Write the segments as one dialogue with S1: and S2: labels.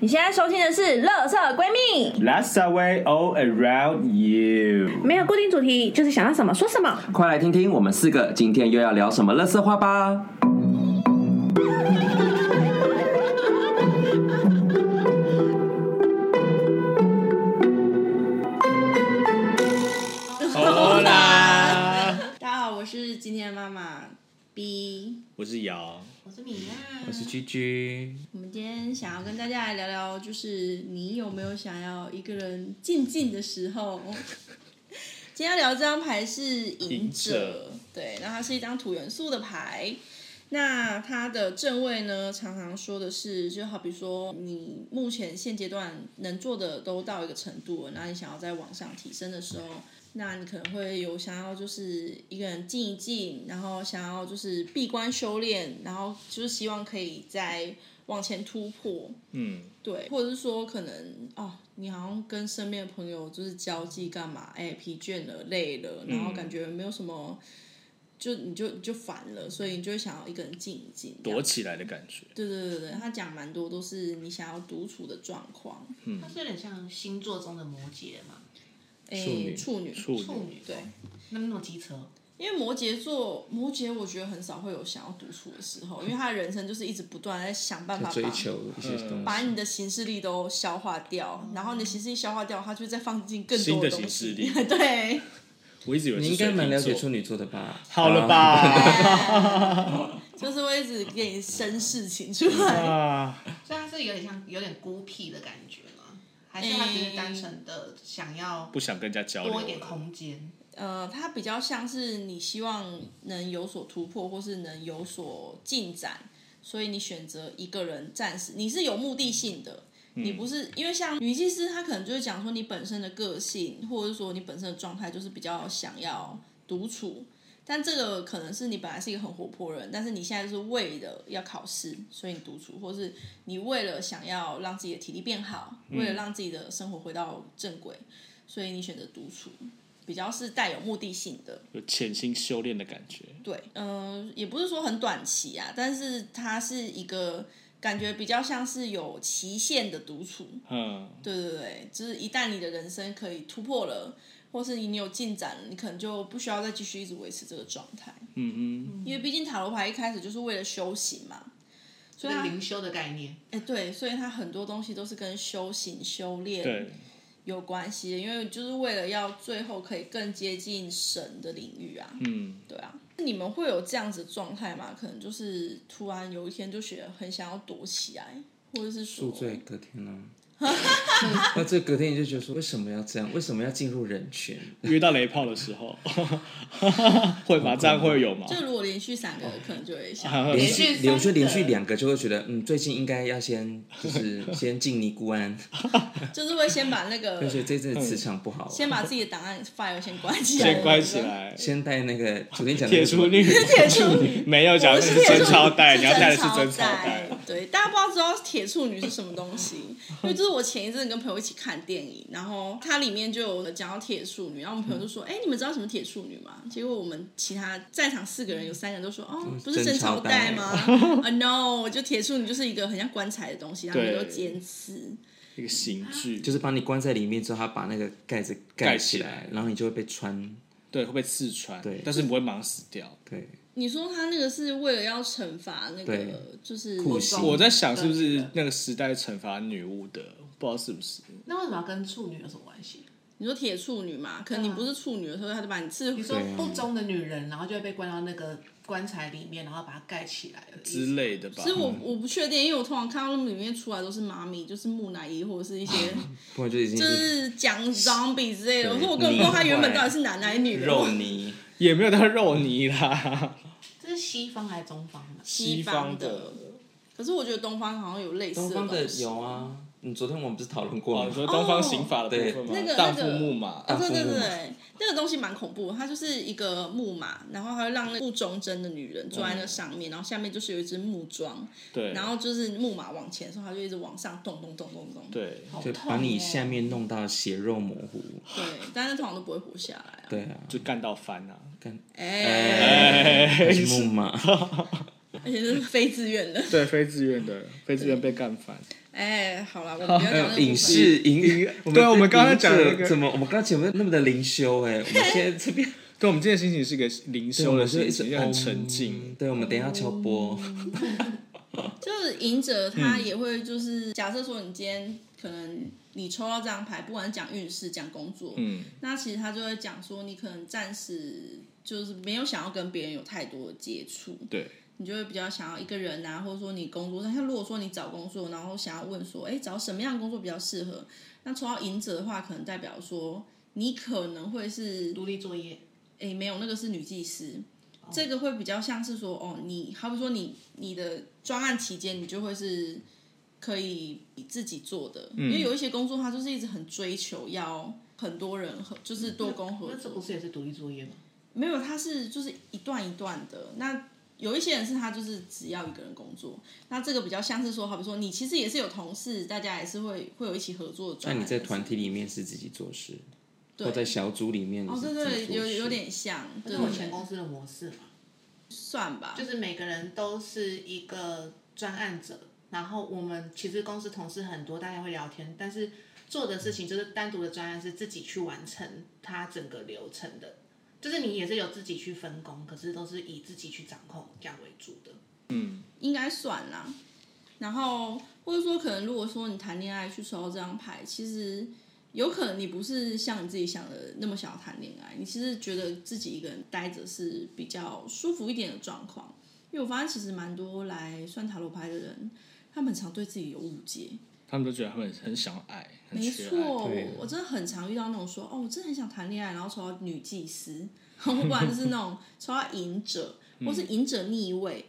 S1: 你现在收听的是《乐色闺蜜》，
S2: Let's away all around you。
S1: 没有固定主题，就是想要什么说什么。
S3: 快来听听我们四个今天又要聊什么乐色话吧！
S2: 好啦，
S4: 大家好，我是今天的妈妈 B，
S2: 我是瑶，
S4: 我是米娜，
S2: 我是居居。
S4: 我们今天想要跟大家来聊聊，就是你有没有想要一个人静静的时候？今天要聊这张牌是
S2: 赢
S4: 赢
S2: 者
S4: 者，对，那它是一张土元素的牌。那它的正位呢，常常说的是，就好比说你目前现阶段能做的都到一个程度了，那你想要再往上提升的时候，那你可能会有想要就是一个人静一静，然后想要就是闭关修炼，然后就是希望可以再往前突破，
S2: 嗯，
S4: 对，或者是说可能哦，你好像跟身边的朋友就是交际干嘛，哎，疲倦了，累了，然后
S2: 嗯
S4: 感觉没有什么，就你就你就烦了，所以你就会想要一个人静一静，这样
S2: 躲起来的感觉。
S4: 对对对对，他讲蛮多都是你想要独处的状况，
S2: 嗯
S5: 它是有点像星座中的摩羯嘛，
S4: 哎，处女，
S2: 处
S5: 处
S2: 女
S5: 女
S4: 对，
S5: 那那么机车，
S4: 因为摩羯座，摩羯我觉得很少会有想要独处的时候，因为他的人生就是一直不断地在想办法把
S6: 追求一些东
S4: 把
S6: 西。
S4: 你的行事力都消化掉，然后你的行事力消化掉，它就会再放进更
S2: 新
S4: 多
S2: 的
S4: 东
S2: 行
S4: 西。
S2: 事力
S4: 对，
S2: 我一直以为
S6: 你
S2: 是
S6: 应该蛮了
S2: 水
S6: 解
S2: 瓶
S6: 处
S2: 座
S6: 女座的吧？啊
S2: 好了吧？
S4: 就是会一直给你生事情出来。
S2: 啊，
S5: 所以它是有点像有点孤僻的感觉嘛，还是它只是单纯的想要
S2: 不想跟人家交
S5: 多
S2: 流
S5: 一点
S2: 了。
S5: 空间？
S4: 呃，它比较像是你希望能有所突破，或是能有所进展，所以你选择一个人暂时，你是有目的性的。你不是因为像女技师，她可能就是讲说你本身的个性，或者是说你本身的状态，就是比较想要独处。但这个可能是你本来是一个很活泼的人，但是你现在就是为了要考试，所以你独处，或是你为了想要让自己的体力变好，为了让自己的生活回到正轨，所以你选择独处，比较是带有目的性的。
S2: 有潜心修炼的感觉，
S4: 对，嗯、也不是说很短期啊，但是它是一个感觉比较像是有期限的独处。
S2: 嗯，
S4: 对对对，就是一旦你的人生可以突破了，或是你有进展了，你可能就不需要再继续一直维持这个状态，
S2: 嗯
S4: 因为毕竟塔罗牌一开始就是为了修行嘛，所
S5: 就
S4: 以
S5: 是
S4: 它
S5: 灵修的概念，
S4: 哎对，所以它很多东西都是跟修行修
S2: 哼，
S4: 炼
S2: 对，
S4: 有关系的，因为就是为了要最后可以更接近神的领域啊，
S2: 嗯，
S4: 对啊，你们会有这样子的状态吗？可能就是突然有一天就觉得很想要躲起来，或者是说
S6: 宿醉隔天呢、啊？那这隔天你就觉得说，为什么要这样？为什么要进入人群？
S2: 遇到雷炮的时候， 会吗？这样会有吗？
S4: 就如果连续三个，可能就会 想。
S2: 啊
S6: 连
S5: 续
S6: 续
S5: 三
S6: 连续
S5: 个
S6: 连续两个就会觉得，嗯，最近应该要先就是先进尼姑庵，
S4: 就是会先把那个
S6: 就觉得这阵子磁场不好，
S4: 先把自己的档案 file 先关起来，
S2: 先关起。来。
S6: 先带那个昨天讲的
S2: 铁处 女，
S4: 铁处 女
S2: 没有讲的是真钞袋，你要带的是真钞袋
S4: 带。。对，大家不知道知道铁处女是什么东西，因为就是我前一阵跟朋友一起看电影，然后它里面就有讲到铁处女，然后我们朋友就
S2: 嗯
S4: 说：“哎、你们知道什么铁处女吗？”结果我们其他在场四个人有三个人都说：“哦，不是真钞袋吗？” 啊、no，就铁处女就是一个很像棺材的东西，然后
S2: 对
S4: 你就尖刺。
S2: 一个刑具，
S6: 就是把你关在里面之后，他把那个盖子盖
S2: 盖
S6: 起
S2: 起
S6: 来，然后你就会被穿。
S2: 对，会被刺穿，
S6: 对
S2: 但是不会马上死掉。
S6: 对，
S4: 你说他那个是为了要惩罚那
S6: 对
S4: 个，就是
S6: 酷刑
S2: 我在想是不
S5: 对对
S2: 是
S5: 对
S2: 那个时代惩罚女巫的，不知道是不是。
S5: 那为什么要跟处女有什么关系？
S4: 你说铁处女嘛，可能你不是处女的时候，他就把你刺
S5: 嗯你
S4: 回。
S5: 说不忠的女人，然后就会被关到那个棺材里面，然后把它盖起来而已
S2: 之类的吧嗯
S4: 其，实我我不确定，因为我通常看到那里面出来都是妈咪，就是木乃伊或者是一些
S6: 不然就已经
S4: 就是讲 zombie 之类的。
S6: 对
S4: 我说我根本不知道他原本到底是男的还是女的。
S6: 肉泥。
S2: 也没有到肉泥啦。
S5: 这是西方还是中方 的？
S4: 西
S2: 方
S4: 方
S2: 的
S4: 的，可是我觉得东方好像有类似
S6: 东方
S4: 东
S6: 的
S4: 西。哦
S6: 有啊，你昨天我们不是讨论过
S2: 哦，
S6: 吗
S2: 你？说东方刑法的部分吗？
S4: 哦那个
S2: 荡
S4: 那
S2: 妇
S4: 个
S2: 木马，
S4: 哦，对对
S6: 大
S4: 对
S6: 腹木
S4: 对，那个东西蛮恐怖的，它就是一个木马，然后它会让那个不忠贞的女人坐在那上面，然后下面就是有一只木桩，
S2: 对，
S4: 然后就是木马往前的时候，它就一直往上动动动动动。
S2: 对，
S5: 好
S6: 就
S5: 痛
S6: 把你
S2: 哦
S5: 耶
S6: 下面弄到血肉模 糊。
S4: 对，但是通常都不会活下来啊。
S6: 对啊，
S2: 就干到翻啊。
S6: 干
S4: 哎，
S6: 哎，还是木马。
S4: 而且是非自愿的。
S2: 对，非自愿的，非自愿被干翻。
S4: 哎，好了，我们不要
S6: 还
S4: 讲那
S6: 有
S4: 个
S6: 影视影
S2: 影，对啊我们刚才
S6: 影者
S2: 讲的那个
S6: 怎么，我们刚才前面那么的灵修哎，我们现在这边
S2: 对，我们今天的心情是一个灵
S6: 对我
S2: 修的
S6: 们是
S2: 心
S6: 一
S2: 情，
S6: 直
S2: 就很沉静。
S6: 嗯对，我们等一下敲
S2: 哦
S6: 波，
S4: 就是赢者他也会就是、假设说你今天可能你抽到这张牌，不管是讲运势、讲工作，
S2: 嗯，
S4: 那其实他就会讲说你可能暂时就是没有想要跟别人有太多的接触，
S2: 对，
S4: 你就会比较想要一个人啊，或者说你工作上，像如果说你找工作，然后想要问说，哎，找什么样的工作比较适合？那抽到赢者的话，可能代表说你可能会是
S5: 独立作业，
S4: 诶，没有，那个是女技师，这个会比较像是说，哦，你好比说你你的专案期间，你就会是可以你自己做的，因
S6: 嗯
S4: 为有一些工作它就是一直很追求要很多人合，就是多工合
S5: 那这
S4: 作
S5: 不，是也是独立作业吗？
S4: 没有，它是就是一段一段的。那有一些人是他就是只要一个人工作，那这个比较像是说，好比说你其实也是有同事，大家也是会会有一起合作的
S6: 那
S4: 专案。
S6: 你在团体里面是自己做事，
S4: 对
S6: 或在小组里面
S4: 哦，
S6: 是
S4: 对
S6: 自己
S4: 对，
S6: 做
S4: 有
S6: 事
S4: 有点像，
S5: 这
S4: 对
S5: 是我前公司的模式嘛，
S4: 算吧，
S5: 就是每个人都是一个专案者，然后我们其实公司同事很多，大家会聊天，但是做的事情就是单独的专案是自己去完成它整个流程的，就是你也是有自己去分工，可是都是以自己去掌控这样为主的。
S4: 应该算啦。然后或者说，可能如果说你谈恋爱去抽到这张牌，其实有可能你不是像你自己想的那么想要谈恋爱，你其实觉得自己一个人待着是比较舒服一点的状况。因为我发现其实蛮多来算塔罗牌的人，他们常对自己有误解。
S2: 他们都觉得他们很想要爱，很
S4: 没
S2: 缺
S4: 错，
S2: 爱。
S4: 我
S6: 对
S4: 我真的很常遇到那种说，哦，我真的很想谈恋爱，然后抽到女祭司，然后不然就是那 种抽到隐者，
S6: 嗯
S4: 或是隐者逆位。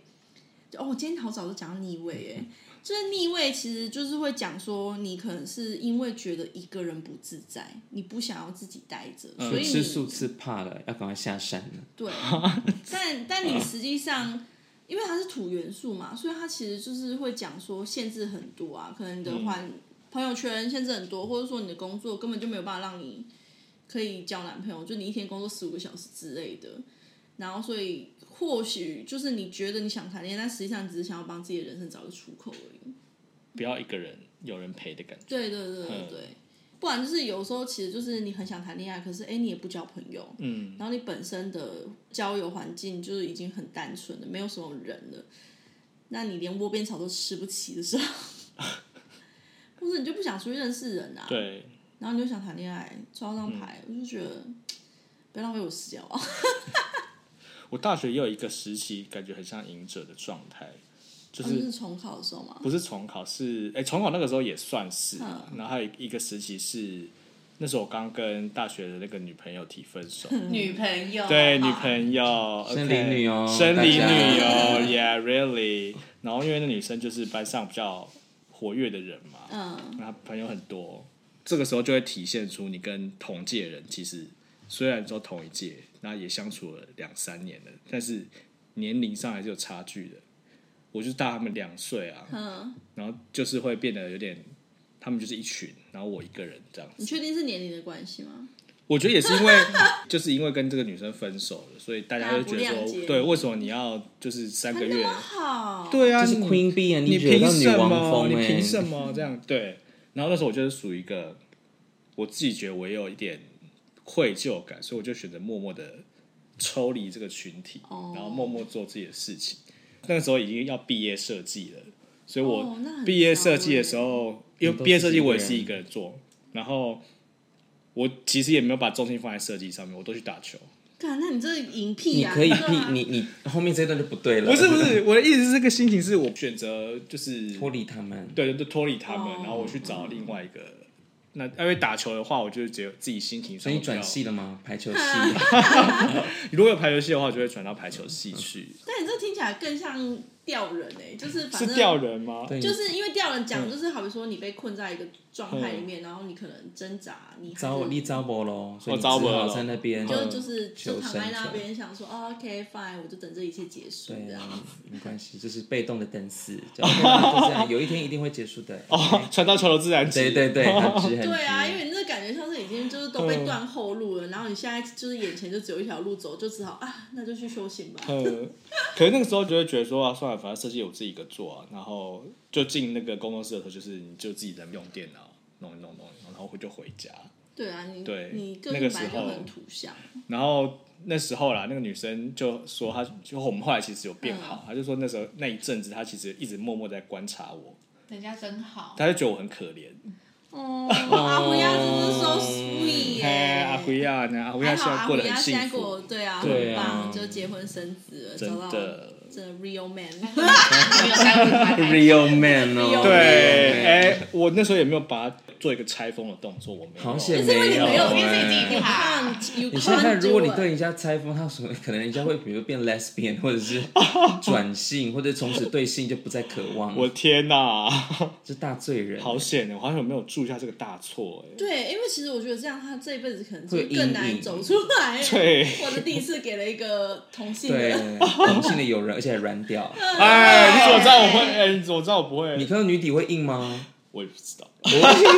S4: 就哦，我今天好早就讲到逆位， 哎，就是逆位其实就是会讲说，你可能是因为觉得一个人不自在，你不想要自己待着，所以
S6: 嗯吃
S4: 你
S6: 素吃怕了，要赶快下山了。
S4: 对，但但你实际上，因为它是土元素嘛，所以它其实就是会讲说限制很多啊，可能你的环、朋友圈限制很多，或者说你的工作根本就没有办法让你可以交男朋友，就你一天工作十五个小时之类的。然后，所以或许就是你觉得你想谈恋爱，但实际上你只是想要帮自己的人生找个出口而已。
S2: 不要一个人，有人陪的感觉。
S4: 对对对对
S2: 嗯
S4: 对，不然就是有时候其实就是你很想谈恋爱，可是哎你也不交朋友，嗯，然后你本身的交友环境就是已经很单纯了，没有什么人了，那你连窝边草都吃不起的时候， 或者你就不想出去认识人啊，
S2: 对，嗯
S4: 然后你就想谈恋爱，抽到张牌，我就觉得不要浪费我时间啊，
S2: 我大学也有一个时期，感觉很像赢者的状态，就嗯
S4: 就是
S6: 嗯
S4: 是重考的时候嘛，
S2: 不是重考是哎、重考那个时候也算是啊、
S4: 嗯
S2: 然后还有一个时期是那时候我刚跟大学的那个女朋友提分 手，
S5: 女朋友
S2: 对，
S5: 好
S2: 女朋友，
S6: 生
S2: OK
S6: 理女哦
S2: 生理女
S6: 大
S2: 哦，Yeah, really。然后因为那女生就是班上比较活跃的人嘛，
S4: 嗯，
S2: 然后朋友很多，这个时候就会体现出你跟同届人其实虽然说同一届，那也相处了两三年了，但是年龄上还是有差距的。我就大他们两岁啊，然后就是会变得有点，他们就是一群，然后我一个人这样子。
S4: 你确定是年龄的关系吗？
S2: 我觉得也是因为，就是因为跟这个女生分手了，所以大家就觉得
S4: 大家啊不谅解
S2: 说，对，为什么你要就是三个月？
S4: 好，
S2: 对啊，
S6: 这是
S2: 你
S6: Queen B 啊，
S2: 你
S6: 惹
S2: 凭
S6: 到女
S2: 什
S6: 王
S2: 么？
S6: 风
S2: 你
S6: 哎，
S2: 凭什么这样？对。然后那时候我就是属于一个，我自己觉得我也有一点愧疚感，所以我就选择默默的抽离这个群体，
S4: 哦
S2: 然后默默做自己的事情。那个时候已经要毕业设计了，所以
S4: 哦
S2: 我
S4: 那很
S2: 毕业设计的时候，因为
S6: 你都
S2: 毕业设
S6: 自
S2: 计
S6: 己一
S2: 我也
S6: 个
S2: 是
S6: 人
S2: 一个人做，然后我其实也没有把重心放在设计上面，我都去打球。
S4: 干，那你这赢屁
S6: 你
S4: 呀、
S6: 可以
S4: 对啊
S6: 屁，你你后面这一段就不对了。
S2: 不是不是，我的意思是这个心情是我选择就是
S6: 脱离他们。
S2: 对，就脱离他们，
S4: 哦
S2: 然后我去找另外一个。那因为打球的话，我就只有自己心情上
S6: 所以
S2: 比较。
S6: 你转系了吗？排球系。
S2: 如果有排球系的话，我就会转到排球
S6: 嗯
S2: 系去。
S4: 但你这听起来更像吊人哎、就是反
S2: 是
S4: 正
S2: 吊人吗？
S6: 对，
S4: 就是因为吊人讲，就是好比说你被困在一个状态里面，然后你可能挣扎，你还
S6: 招你
S4: 是
S6: 招博喽，所以
S2: 我
S6: 你只
S2: 招博
S6: 好
S2: 咯
S6: 在那边
S4: 就就是就
S6: 求
S4: 躺
S6: 生
S4: 在那
S6: 存。
S4: 边想说、哦、，OK fine，我就等这一切结束这
S6: 对
S4: 样。
S6: 啊，没关系，就是被动的等死，就 OK 啦就这样，有一天一定会结束的。
S2: 哦，传到球的自然直。
S6: 对对对，很直很直。
S4: 啊对啊，因为你这感觉像是已经就是都被断后路了，然后你现在就是眼前就只有一条路走，就只好啊，那就去修行吧。
S2: 嗯，可是那个时候就会觉得说啊，算了，反正设计我自己一个做啊，然后就进那个工作室的时候，就是你就自己人用电脑弄一弄弄一弄，然后就回家。
S4: 对啊，你
S2: 对
S4: 你个
S2: 那个
S4: 性
S2: 时
S4: 本来就
S2: 候
S4: 很土象，
S2: 然后那时候啦，那个女生就说她，就我们后来其实有变
S4: 嗯
S2: 好，她就说那时候那一阵子她其实一直默默在观察我，
S5: 人家真好，
S2: 她就觉得我很可怜。
S4: 哦，阿胡亚真的是 so sweet 欸耶、
S2: 嘿，阿辉亚呢？阿辉亚
S4: 还
S2: 现
S4: 好
S2: 在
S4: 阿
S2: 过
S4: 胡
S2: 得
S4: 亚
S2: 很
S4: 现在
S2: 幸
S4: 过
S2: 福
S4: 得，对啊，
S6: 对啊
S4: 很棒，就结婚生子了，
S2: 真
S4: 找到
S2: 的。
S4: 真的 real man。
S6: 啊
S5: 没有在乎他
S6: Real man 哦，
S2: 对，
S4: 对
S2: 哎、我那时候也没有把它做一个拆封的动作，我没有。
S6: 好险
S4: 是因为
S6: 没
S4: 你
S6: 有
S4: 没有，
S5: 因为自己
S6: 哎。
S5: 进化
S4: you
S6: 你想想看，如果你
S4: can't do
S6: 对
S4: it
S6: 人家拆封，他什么可能人家会比如变 lesbian，或者是转性，或者从此对性就不再渴望，
S2: 我天哪，
S6: 这大罪人。
S2: 好险！我好像没有铸下这个大错、哎。
S4: 对，因为其实我觉得这样，他这一辈子可能就
S6: 会有阴
S4: 更难
S6: 影
S4: 走出来。
S2: 对
S4: 我的第一次给了一个同性
S6: 对
S4: 的，，
S6: 同性的友人，而且还软屌。
S2: 哎，你怎么知道我会？哎，你怎么知道我不
S6: 你
S2: 会？
S6: 看到女底会硬吗？
S2: 我也不知道。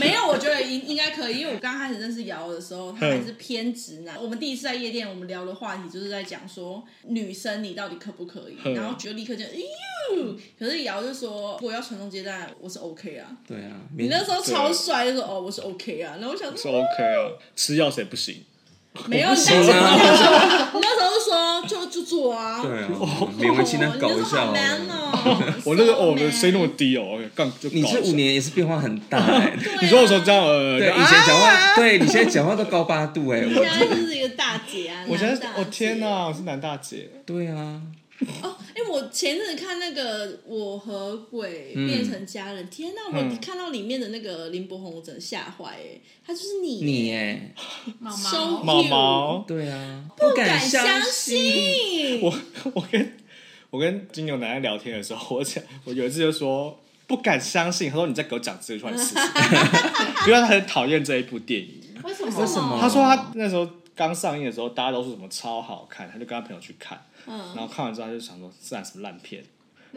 S4: 没有，我觉得应应该可以，因为我刚开始认识瑶的时候，他还是偏直男。我们第一次在夜店，我们聊的话题就是在讲说女生你到底可不可以，
S2: 嗯
S4: 然后就立刻就哎呦，可是瑶就说我要传宗接代，我是 OK 啊。
S6: 对啊，
S4: 你
S6: 你
S4: 那时候超帅，就说哦我是 OK 啊，然后我想
S2: 是
S4: 说
S2: OK 啊，吃药谁不行？
S4: 没有，你那时
S6: 行
S4: 候
S6: 啊，
S4: 你那时候就说就就做啊，
S6: 对啊，勉为其难搞
S4: 哦。你
S6: 一下
S4: 那时候好 man
S6: 哦。
S4: 哦
S2: 我那个哦，我的
S4: man
S2: 声音那么低哦，哎杠就
S6: 你
S2: 搞
S6: 这
S2: 一下
S6: 五，年也是变化很大哎。
S4: 啊
S2: 你说我说这样呃，
S6: 对，
S2: 就
S6: 以前讲话，对你现在讲话都高八度哎。
S4: 现
S6: 我
S4: 在就是一个大姐啊，
S2: 我现
S4: 男
S2: 在
S4: 大姐
S2: 我天！哪，我是男大姐，
S6: 对啊，
S4: 哦，哎，我前阵子看那个《我和鬼变成家人》，天哪！我
S2: 嗯
S4: 看到里面的那个林柏宏，我真的吓坏哎，他就是你，
S6: 你哎，
S5: 毛
S4: 收
S2: 毛
S5: 毛
S2: 毛，
S6: 对啊，
S4: 不
S6: 不敢
S4: 相
S6: 信。
S4: 信，
S2: 我 我跟我跟金牛男在聊天的时候，我讲我有一次就说不敢相信，他说你在给我讲这段事情， 因为他很讨厌这一部电影。
S5: 为什么？
S6: 为什么？
S2: 他说他那时候刚上映的时候，大家都说什么超好看，他就跟他朋友去看，
S4: 嗯
S2: 然后看完之后他就想说这哪什么烂片，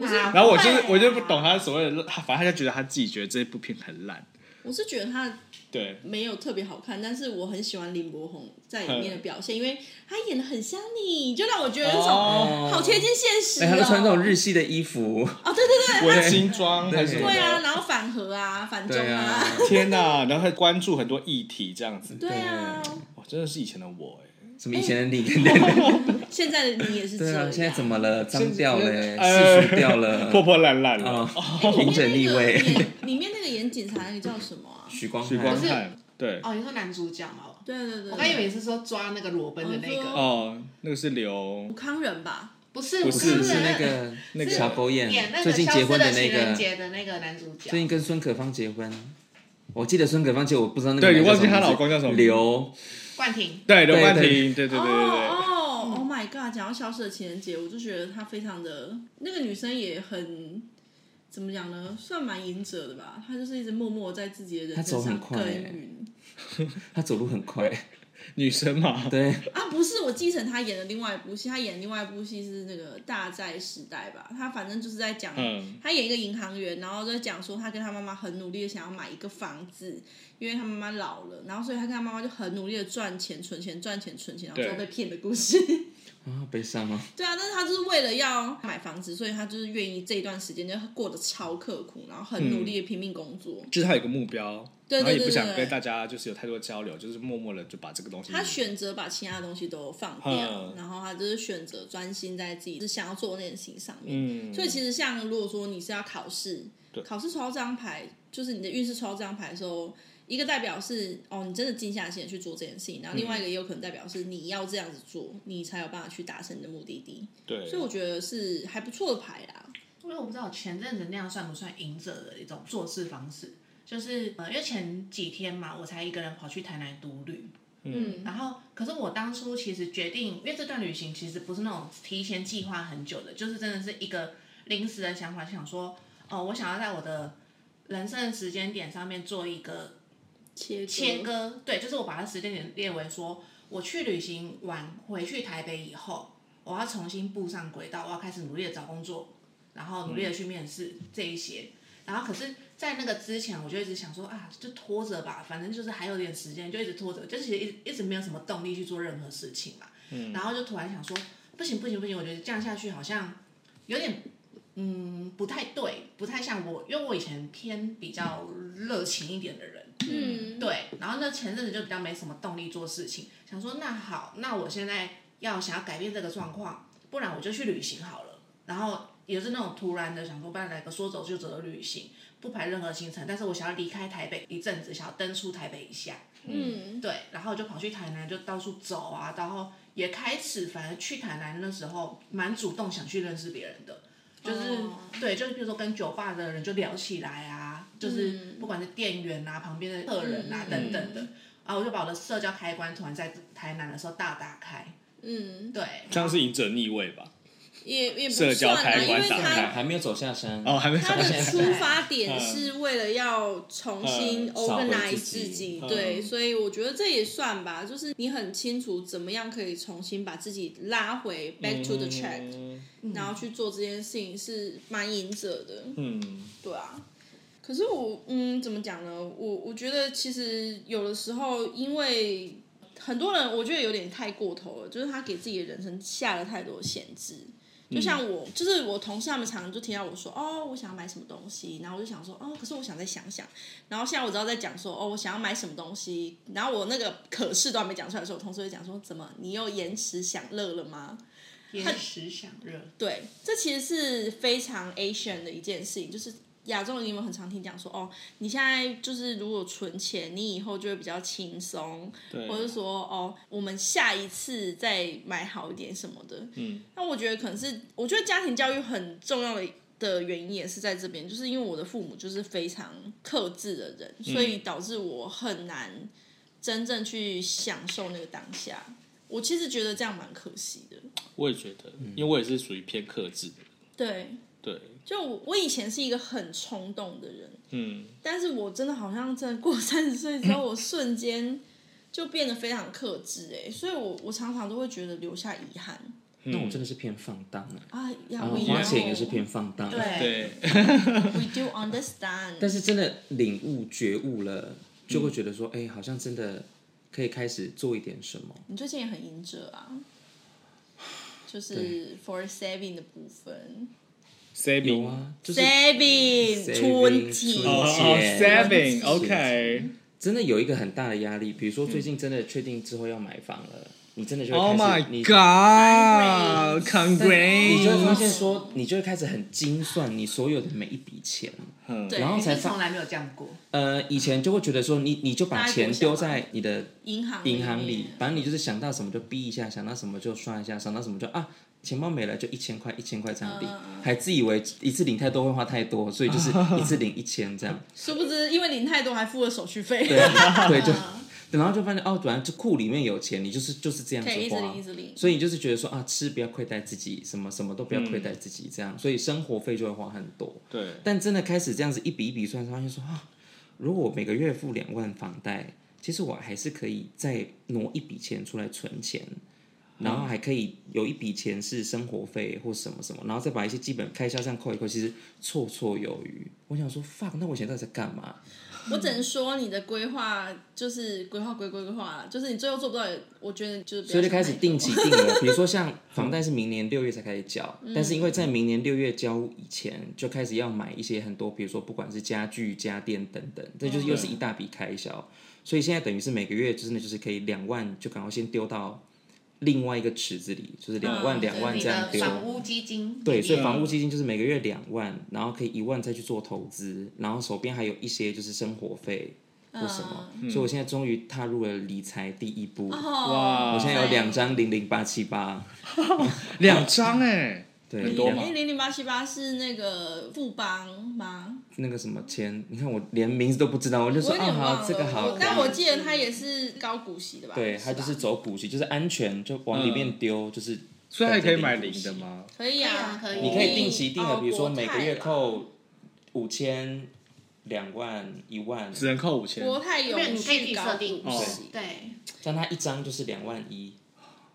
S4: 啊
S5: 然
S2: 然后我就是我就不懂他所谓的，他反正他就觉得他自己觉得这部片很烂，
S4: 我是觉得他
S2: 对，
S4: 没有特别好看，但是我很喜欢林柏宏在里面的表现，因为他演的很像你，就让我觉得那种
S2: 哦
S4: 好贴近现实哦。
S6: 哎，他都穿那种日啊系的衣服。
S4: 哦，对对对，
S2: 温馨装还是什么
S4: 对啊，
S2: 的，
S4: 然后反核啊，反中
S6: 对啊
S4: 啊，，
S2: 天哪、然后还关注很多议题这样子，
S4: 对啊，
S2: 哇，真的是以前的我哎、
S6: 什么以前的你跟对
S4: 现在的你也是这
S6: 啊
S4: 样。，
S6: 现在怎么了？脏掉了，
S2: 哎
S6: 世俗掉 了，
S2: 破破烂烂了，
S6: 啊，平整
S4: 里
S6: 立
S4: 面那
S6: 位
S4: 个。演 里面那个演警察那个叫什么啊？
S6: 许光
S2: 许光
S6: 汉，
S2: 汉，对，
S5: 哦，你说男主角嘛？
S4: 对对对，
S5: 我刚以为是说抓那个裸奔的那
S4: 哦
S5: 个，
S2: 哦，那个是刘
S4: 武，康人吧？
S5: 不是
S2: 不
S5: 是
S6: 是是那
S5: 那
S6: 个
S2: 那个
S6: 小狗眼
S5: 演那，
S6: 最
S5: 个
S6: 近
S5: 消
S6: 结
S5: 失
S6: 婚的
S5: 的
S6: 那
S5: 情
S6: 个
S5: 人，节的那个男主角
S6: 最，近跟孙可芳结婚。我记得孙可芳结，我不知道那个
S2: 对
S6: 男
S2: 你
S6: 的
S2: 忘记
S6: 什么
S2: 她
S6: 名字
S2: 老公叫什么
S6: 刘，
S5: 冠廷。
S2: 对刘冠廷，对
S6: 对
S2: 对对对
S4: 哦
S2: 对，
S4: 哦，Oh my god！讲到消失的情人节，我就觉得她非常的那个女生也很。怎么讲呢？算蛮隐者的吧，她就是一直默默在自己的人
S6: 她走
S4: 生
S6: 很
S4: 上
S6: 快
S4: 耕
S6: 欸
S4: 耘、
S6: 她走路很快，
S2: 女生嘛，
S6: 对，
S4: 啊！不是我继承她演的另外一部戏，她演另外一部戏是那个《大债时代》吧？她反正就是在讲
S2: 嗯，
S4: 他演一个银行员，然后就讲说他跟他妈妈很努力的想要买一个房子，因为他妈妈老了，然后所以他跟他妈妈就很努力的赚钱、存钱、赚钱、存钱，然后最后被骗的故事。
S6: 啊，好悲伤哦。
S4: 对啊，但是他就是为了要买房子，所以他就是愿意这一段时间就过得超刻苦，然后很
S2: 嗯
S4: 努力的拼命工作。
S2: 就是他有一个目标。
S4: 对
S2: 然
S4: 对对
S2: 后也不
S4: 对
S2: 想
S4: 对
S2: 跟大家就是有太多交流，就是默默的就把这个东西。
S4: 他选择把其他东西都放掉
S2: 嗯，
S4: 然后他就是选择专心在自己是想要做的那件事情上面。
S2: 嗯，
S4: 所以其实像如果说你是要考试，考试抽到这张牌，就是你的运势抽到这张牌的时候，一个代表是哦，你真的静下心来去做这件事情，然
S2: 嗯
S4: 后另外一个也有可能代表是你要这样子做，你才有办法去达成你的目的地。
S2: 对，
S4: 所以我觉得是还不错的牌啦。
S5: 因为我不知道前阵子那样算不算赢者的一种做事方式，就是呃，因为前几天嘛，我才一个人跑去台南独旅，
S4: 嗯，
S5: 然后可是我当初其实决定，因为这段旅行其实不是那种提前计划很久的，就是真的是一个临时的想法，想说哦、我想要在我的人生的时间点上面做一个
S4: 切割
S5: 切割，对，就是我把它时间点列为说，我去旅行完回去台北以后，我要重新步嗯上轨道，我要开始努力的找工作，然后努力的去面试、这一些。然后可是在那个之前，我就一直想说啊，就拖着吧，反正就是还有点时间，就一直拖着，就是其实一直一直没有什么动力去做任何事情嘛。嗯、然后就突然想说，不行不行不行，我觉得这样下去好像有点嗯不太对，不太像我，因为我以前偏比较热情一点的人，
S4: 嗯，
S5: 对，然后呢，前阵子就比较没什么动力做事情，想说那好，那我现在要想要改变这个状况，不然我就去旅行好了。然后也是那种突然的想说，不然来个说走就走的旅行，不排任何行程，但是我想要离开台北一阵子，想要登出台北一下。
S4: 嗯，
S5: 对，然后就跑去台南，就到处走啊，然后也开始，反正去台南那时候蛮主动想去认识别人的，就是、
S4: 哦
S5: 对，就是比如说跟酒吧的人就聊起来啊，就是
S4: 嗯
S5: 不管是店员啊、旁边的客人啊、
S4: 嗯
S5: 等等的，啊，我就把我的社交开关突然在台南的时候大打开，
S4: 嗯，
S5: 对，
S2: 这样是赢者逆位吧？
S4: 也也不
S2: 社交
S4: 算
S2: 开
S4: 啊，因
S2: 关
S4: 为
S2: 打
S6: 还
S2: 开
S4: 他
S6: 还没有走下山
S2: 哦，还没
S4: 他
S2: 讲
S4: 的
S2: 到
S4: 出发点是为了要重新
S2: 嗯
S6: 找回
S4: organize
S6: 自己
S4: 自己，
S2: 嗯
S4: 对，所以我觉得这也算吧，就是你很清楚怎么样可以重新把自己拉回 back to the track，、
S2: 嗯
S4: 然后去做这件事情是蛮赢者的，
S2: 嗯，
S4: 对啊。可是我嗯，怎么讲呢？我我觉得其实有的时候，因为很多人我觉得有点太过头了，就是他给自己的人生下了太多限制。就像我，就是我同事他们常常就听到我说，哦，我想要买什么东西，然后我就想说，哦，可是我想再想想。然后现在我知道在讲说，哦，我想要买什么东西，然后我那个可是都还没讲出来的时候，我同事会讲说，怎么你又延迟享乐了吗？
S5: 延时享热，
S4: 对，这其实是非常 Asian 的一件事情，就是亚洲人，你们很常听讲说，哦，你现在就是如果存钱，你以后就会比较轻松，
S2: 对，
S4: 或者说，哦，我们下一次再买好一点什么的。
S2: 嗯，
S4: 那我觉得可能是，我觉得家庭教育很重要的的原因也是在这边，就是因为我的父母就是非常克制的人，所
S2: 嗯
S4: 以导致我很难真正去享受那个当下。我其实觉得这样蛮可惜的，
S2: 我也觉得，因为我也是属于偏克制的，
S4: 对。
S2: 对，
S4: 就我我以前是一个很冲动的人，
S2: 嗯，
S4: 但是我真的好像真的过三十岁之后，我瞬间就变得非常克制哎、所以我我常常都会觉得留下遗憾
S6: 那我真的是偏放荡哎，
S4: 啊，要
S6: 然后
S4: 不
S6: 花钱也是偏放荡。
S5: 对
S2: 对，
S4: We do understand，
S6: 但是真的领悟觉悟了，就
S2: 嗯
S6: 会觉得说，哎、好像真的可以开始做一点什么。
S4: 你最近也很赢者啊，就是 for saving 的部分
S2: saving
S6: 有啊，就是
S4: ，saving 存
S6: saving，
S2: 哦
S4: 钱
S6: 存
S2: 哦
S6: 钱
S2: ，saving
S4: 存钱
S2: OK，
S6: 真的有一个很大的压力。比如说最近真的确定之后要买房了，你真的就会
S2: 嗯 Oh
S6: 开
S2: my
S6: 始你。你就会
S2: God，Congrats！
S6: 发现说，你就会开始很精算你所有的每一笔钱，
S4: 对，
S6: 然后才
S5: 是从
S6: 发。
S5: 来没有这样过，
S6: 呃，以前就会觉得说你，你就把钱丢在你的
S4: 银行
S6: 银行里
S4: 面，
S6: 反正你就是想到什么就逼一下，想到什么就刷一下，想到什么就啊，钱包没了就一千块，一千块这样
S4: 嗯
S6: 领，还自以为一次领太多会花太多，所以 就是一次领一千这样，
S4: 殊不知因为领太多还付了手续费，
S6: 对啊 对就。
S4: 嗯
S6: 然后就发现哦，本来就库里面有钱，你就是就是这样子
S4: 可以一直
S6: 花
S4: 领一，直领，
S6: 所以你就是觉得说啊，吃不要亏待自己，什么什么都不要
S4: 嗯
S6: 亏待自己，这样，所以生活费就会花很多。
S2: 对，
S6: 但真的开始这样子一笔一笔算，发现说啊，如果我每个月付两万房贷，其实我还是可以再挪一笔钱出来存钱，然后还可以有一笔钱是生活费或什么什么，然后再把一些基本开销这样扣一扣，其实绰绰有余。我想说，fuck，那我以前到底在干嘛？
S4: 我
S6: 嗯
S4: 只能说你的规划就是规划归规划啦，就是你最后做不到，我觉得就是不要
S6: 所以就开
S4: 想
S6: 始
S4: 太多
S6: 定期定额，比如说像房贷是明年六月才开始缴，但是因为在明年六月交以前就开始要买一些很多，比如说不管是家具、家电等等，这就是又是一大笔开销。所以现在等于是每个月真的就是可以两万，就赶快先丢到另外一个池子里，就是两万
S4: 嗯
S6: 两万
S5: 你
S6: 这样
S5: 的
S6: 丢。
S5: 房屋基金，
S6: 对，所以
S2: 嗯
S6: 房屋基金就是每个月两万，然后可以一万再去做投资，然后手边还有一些就是生活费或什么，所以我现在终于踏入了理财第一步。
S4: 哦，
S6: 我现在有两张零零八七八，
S2: 两张哎，
S6: 对，
S2: 很多吗
S6: 两
S4: 哎，零零八七八是那个富邦吗？
S6: 那个什么签，你看我连名字都不知道，我就
S4: 我
S6: 说
S4: 有
S6: 啊
S4: 点忘
S6: 好，
S4: 了，
S6: 这个好
S4: 我。但我记得
S5: 嗯
S4: 它也是高股息的吧？
S6: 对，
S4: 吧
S6: 它就是走补习，就是安全，就往里面丢，就是
S2: 嗯所以还可以买零的吗？
S4: 可以啊，
S5: 可以啊可以
S6: 你可以定期定额，
S4: 哦
S6: 比如说
S4: 国泰
S6: 每个月
S4: 吧
S6: 扣五千、两万、一万，
S2: 只能扣五千，
S4: 国泰有
S5: 没有你可以自己
S4: 高
S5: 设定哦
S4: 股息，
S5: 对，
S6: 像它一张就是两万一，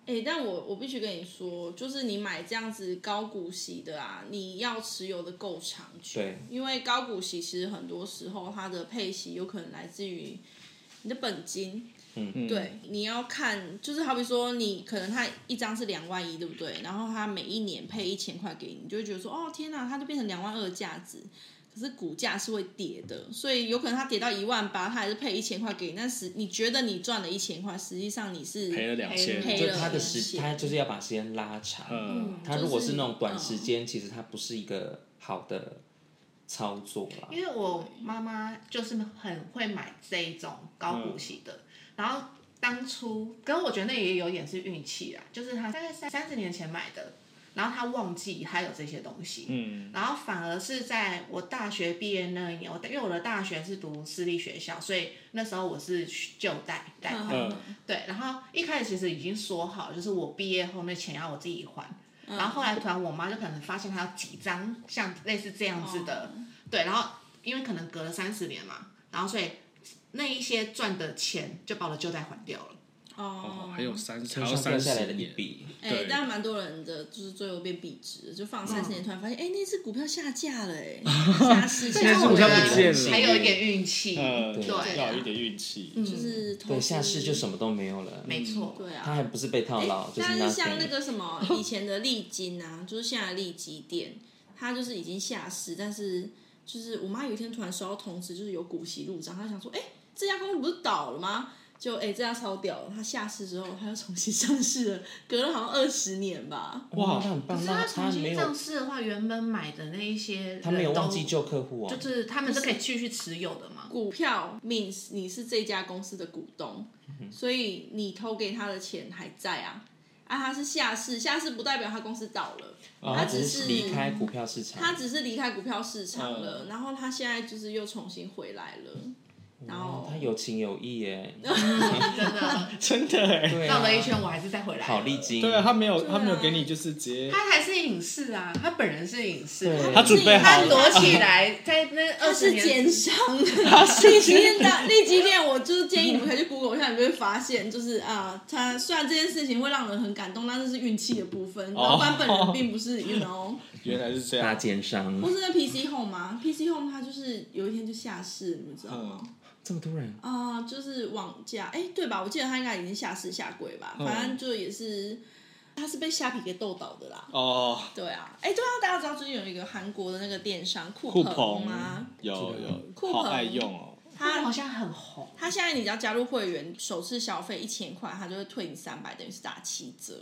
S4: 哎、哎、但我我必须跟你说，就是你买这样子高股息的啊，你要持有的够长久。
S6: 对
S4: 因为高股息其实很多时候它的配息有可能来自于你的本金。嗯，对，你要看，就是好比说你可能它一张是两万一，对不对？然后它每一年配一千块给你，你就会觉得说，哦天哪，它就变成两万二价值。可是股价是会跌的，所以有可能它跌到一万八，它还是配一千块给你，但是你觉得你赚了一千块，实际上你是
S2: 赔了两千，
S4: 赔
S6: 就
S4: 了
S6: 他的
S4: 是
S6: 时，他就是要把时间拉长。
S2: 嗯，
S6: 他如果是那种短
S4: 就是
S6: 时间，其实它不是一个好的操作啦。
S5: 因为我妈妈就是很会买这一种高股息的，然后当初，可是我觉得那也有点是运气啦，啊就是她大概三三十年前买的，然后她忘记她有这些东西，嗯，然后反而是在我大学毕业那一年，我因为我的大学是读私立学校，所以那时候我是就贷贷款，
S2: 嗯
S5: 对，然后一开始其实已经说好，就是我毕业后那钱要我自己还。
S4: 嗯
S5: 然后后来突然我妈就可能发现她有几张像类似这样子
S4: 哦
S5: 的，对，然后因为可能隔了三十年嘛，然后所以那一些赚的钱就把我的旧贷还掉了。
S4: 哦，
S2: 哦，还有三还
S6: 就
S2: 有
S6: 像
S2: 三
S6: 掉下来
S2: 十
S6: 的一
S2: 年，
S6: 笔，
S4: 哎
S2: 对，，
S4: 但蛮多人的，就是最后变贬值了，就放三十
S6: 嗯
S4: 年，突然发现，哎、那只股票下架 了、哎，下市
S5: 所
S4: 下
S2: 在是
S4: 市啊
S5: 以让
S2: 股
S5: 我
S2: 票
S5: 觉
S2: 不见
S5: 得
S2: 了
S5: 还有一点运气，
S2: 呃，
S6: 对啊嗯
S5: 对
S2: 要有一点运气，
S4: 就是投
S6: 对，
S4: 资
S6: 下市就什么都没有了。嗯
S5: 没错，
S4: 对
S6: 他
S4: 啊。
S6: 还不是被套牢，就是
S4: 但是像那
S6: nothing。
S4: 个什么 以前的利金啊，就是现在的利基店，它就是已经下市，但是就是我妈有一天突然收到通知，就是有股息入账，她想说，哎、这家公司不是倒了吗？就哎、这家超屌了，它下市之后，它又重新上市了，隔了好像二十年吧。
S6: 哇，那很棒，那
S5: 他
S6: 他
S5: 重
S6: 没
S5: 新
S6: 有
S5: 上，市的话，原本买的那一些
S6: 他没有
S5: 人都
S6: 忘记旧客户哦
S5: 就。是他们是可以继续持有的嘛。
S4: 股票 means 你是这家公司的股东，所以你投给他的钱还在啊。啊，他是下市，下市不代表他公司倒了，
S6: 哦
S4: 他
S6: 只
S4: 只
S6: 是
S4: 是
S6: 离开股票市场。
S4: 他只是离开股票市场了，
S2: 嗯
S4: 然后他现在就是又重新回来了，然
S6: 哦
S4: 后
S6: 他有情有 义耶，
S4: 啊
S5: 真的
S2: 真的哎，
S6: 对啊
S5: 绕了一圈，我还是再回来。
S6: 好历经。
S2: 对啊，他没有
S4: 啊
S2: 他没有给你就是直接，
S5: 他还是影视啊，他本人是影视，
S6: 对
S2: 他准备好
S5: 他
S2: 了
S5: 躲起来，在那
S4: 他
S5: 二十
S4: 是
S5: 年
S4: 奸 商，利基店大利基店，我就是建议你们可以去 Google 一下，你就会发现，就是啊，他虽然这件事情会让人很感动，但是是运气的部分，老板本人并不是，you know。
S2: 原来是这
S6: 大
S2: 样，
S6: 奸商
S4: 不，是那 PC Home 吗？PC Home 它就是有一天就下市，你们知道
S2: 嗯
S4: 吗？
S6: 这么突然，
S4: 啊、就是网价，哎、对吧？我记得它应该已经下市下柜吧，
S2: 嗯
S4: 反正就也是，它是被虾皮给斗倒的啦。
S2: 哦，
S4: 对啊，哎、对啊，大家知道最近有一个韩国的那个电商酷
S2: 酷
S4: 鹏
S2: 鹏
S4: 吗？
S2: 有有，
S4: 酷
S2: 好
S4: 鹏
S2: 爱用哦，
S5: 他
S4: 他
S5: 好像很红，
S4: 它现在你只要加入会员，首次消费一千块，它就会退你三百，等于是打七折。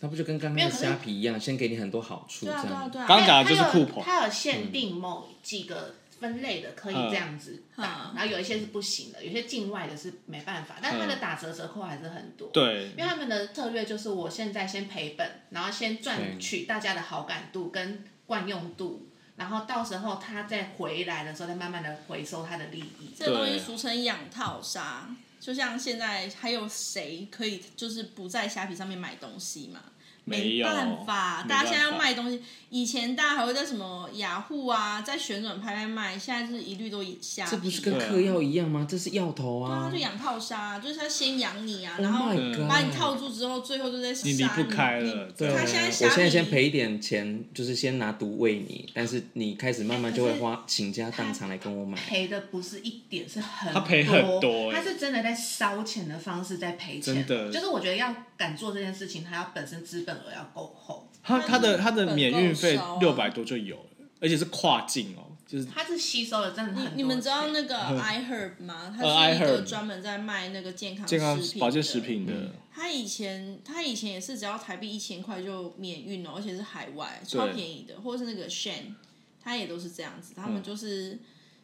S6: 他不就跟刚刚的虾皮一样，先给你很多好处，这
S4: 对啊，对啊，
S6: 样。
S4: 对啊。
S2: 刚讲的就是
S5: 他
S2: 酷
S5: 有
S2: 鹏，
S5: 他有限定某几个分类的可以
S2: 嗯
S5: 这样子打，
S4: 嗯
S5: 然后有一些是不行的，有些境外的是没办法，但是他的打折折扣还是很多。。
S2: 嗯对，
S5: 因为他们的策略就是，我现在先赔本，然后先赚取大家的好感度跟惯用度，然后到时候他再回来的时候，再慢慢的回收他的利益。
S4: 这个东西
S2: 对
S4: 俗称养套杀，就像现在还有谁可以就是不在虾皮上面买东西嘛？
S2: 没有
S4: 办法，
S2: 没
S4: 大家现在
S2: 办法
S4: 要卖东西，以前大家还会在什么雅虎啊，在旋转拍卖卖，现在就是一律都以虾皮。
S6: 这不是
S2: 啊
S6: 跟嗑药一样吗？这是药头
S4: 他
S6: 啊
S4: 就！养套杀，就是他先养你啊，
S6: Oh
S4: 然后
S6: my god
S4: 把你套住之后，最后就在杀
S2: 你离不开
S4: 你
S2: 了
S4: 你
S2: 对啊
S4: 他现在
S6: 我
S4: 虾
S6: 现
S4: 皮，
S6: 在先赔一点钱，就是先拿毒喂你，但是你开始慢慢就会花倾家荡产来跟我买。
S5: 赔的不是一点，是很
S2: 他赔很多欸
S5: 他是真的在烧钱的方式在赔钱。
S2: 真的
S5: 就是我觉得要敢做这件事情，他要本身资本额要够厚。
S2: 他他的他的
S4: 本
S2: 免
S4: 够
S2: 运费
S4: 烧啊
S2: 六百多就有了，而且是跨境哦，就是
S5: 他是吸收了真的很多
S4: 你
S5: 钱
S4: 你们知道那个 iHerb 吗？它是一
S2: iHerb
S4: 个专门在卖那个健康
S2: 健康
S4: 食品
S2: 保健
S4: 的嗯
S2: 食品的，
S4: 他以前他以前也是只要台币一千块就免运哦，而且是海外超便宜的，或者是那个 Shan，他也都是这样子，他们
S2: 嗯
S4: 就是、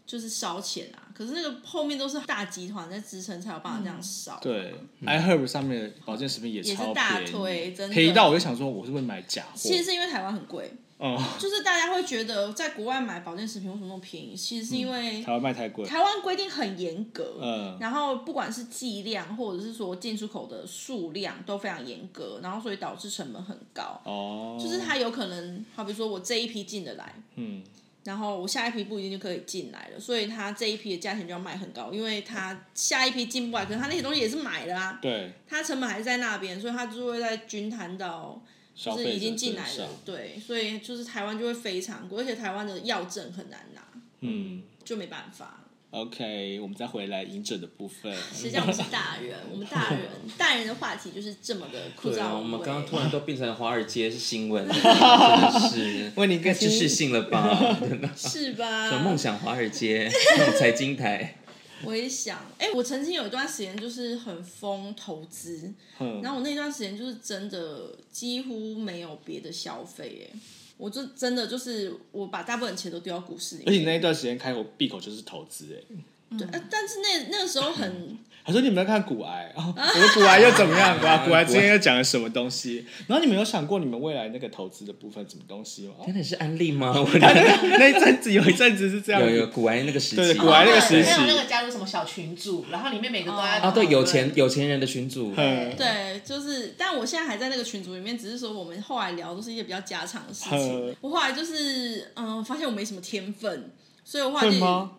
S4: 就是烧钱啊。可是那个后面都是大集团在支撑，才有办法这样烧。啊
S2: 对，iHerb 上面的保健食品也
S4: 嗯也是
S2: 超
S4: 大
S2: 便
S4: 推
S2: 宜
S4: 真，的
S2: 赔到我就想说，我是不是买假货？
S4: 其实是因为台湾很贵，
S2: 哦，
S4: 就是大家会觉得在国外买保健食品为什么那么便宜？其实是因为
S2: 嗯台湾卖太贵，
S4: 台湾规定很严格，
S2: 嗯
S4: 然后不管是剂量或者是说进出口的数量都非常严格，然后所以导致成本很高。
S2: 哦，
S4: 就是它有可能，好比说我这一批进得来，
S2: 嗯，
S4: 然后我下一批不一定就可以进来了，所以他这一批的价钱就要卖很高，因为他下一批进不来，可是他那些东西也是买的啊，
S2: 对，
S4: 他成本还是在那边，所以他就会在均摊到
S2: 消
S4: 就是
S2: 费
S4: 已
S2: 者
S4: 经进
S2: 身
S4: 来
S2: 上
S4: 了，对，所以就是台湾就会非常贵，而且台湾的药证很难拿，
S2: 嗯
S4: 就没办法。
S2: ，OK，我们再回来饮者的部分，
S4: 谁叫我们是大人？我们 大人，大人的话题就是这么的枯
S6: 对
S4: 燥无
S6: 啊，我
S4: 味。
S6: 们刚刚突然都变成华尔街新闻 了，真的是
S2: 为您
S6: 太
S2: 开
S6: 知识性了吧？真的，
S4: 是吧？
S6: 梦想华尔街那种财经台，
S4: 我也想，哎、我曾经有一段时间就是很疯投资，
S2: 嗯
S4: 然后我那段时间就是真的几乎没有别的消费，哎，我就真的就是我把大部分钱都丢到股市里
S2: 而且
S4: 面，
S2: 那一段时间开口闭口就是投资，哎，
S4: 对，呃但是那那个时候 很
S2: 他说你们在看骨癌哦，我们骨癌又怎么样？ 哇，骨癌之前又讲了什么东西？然后你们有想过你们未来那个投资的部分什么东西吗？哦
S6: 真的是安 利吗？我有
S2: 那一阵子有一阵子是这样
S6: 有
S2: 子，
S6: 古玩那个时
S2: 对
S6: 期，
S2: 古玩那个哦时
S5: 对
S2: 期
S5: 还有那个加入什么小群组，然后里面每个都在
S6: 啊，对，有钱有钱人的群主，
S2: 嗯，
S4: 对，就是，但我现在还在那个群组里面，只是说我们后来聊都是一些比较家常的事情
S2: 呵。
S4: 我后来就是，嗯，发现我没什么天分，所以我后来
S2: 会
S4: 就
S2: 吗？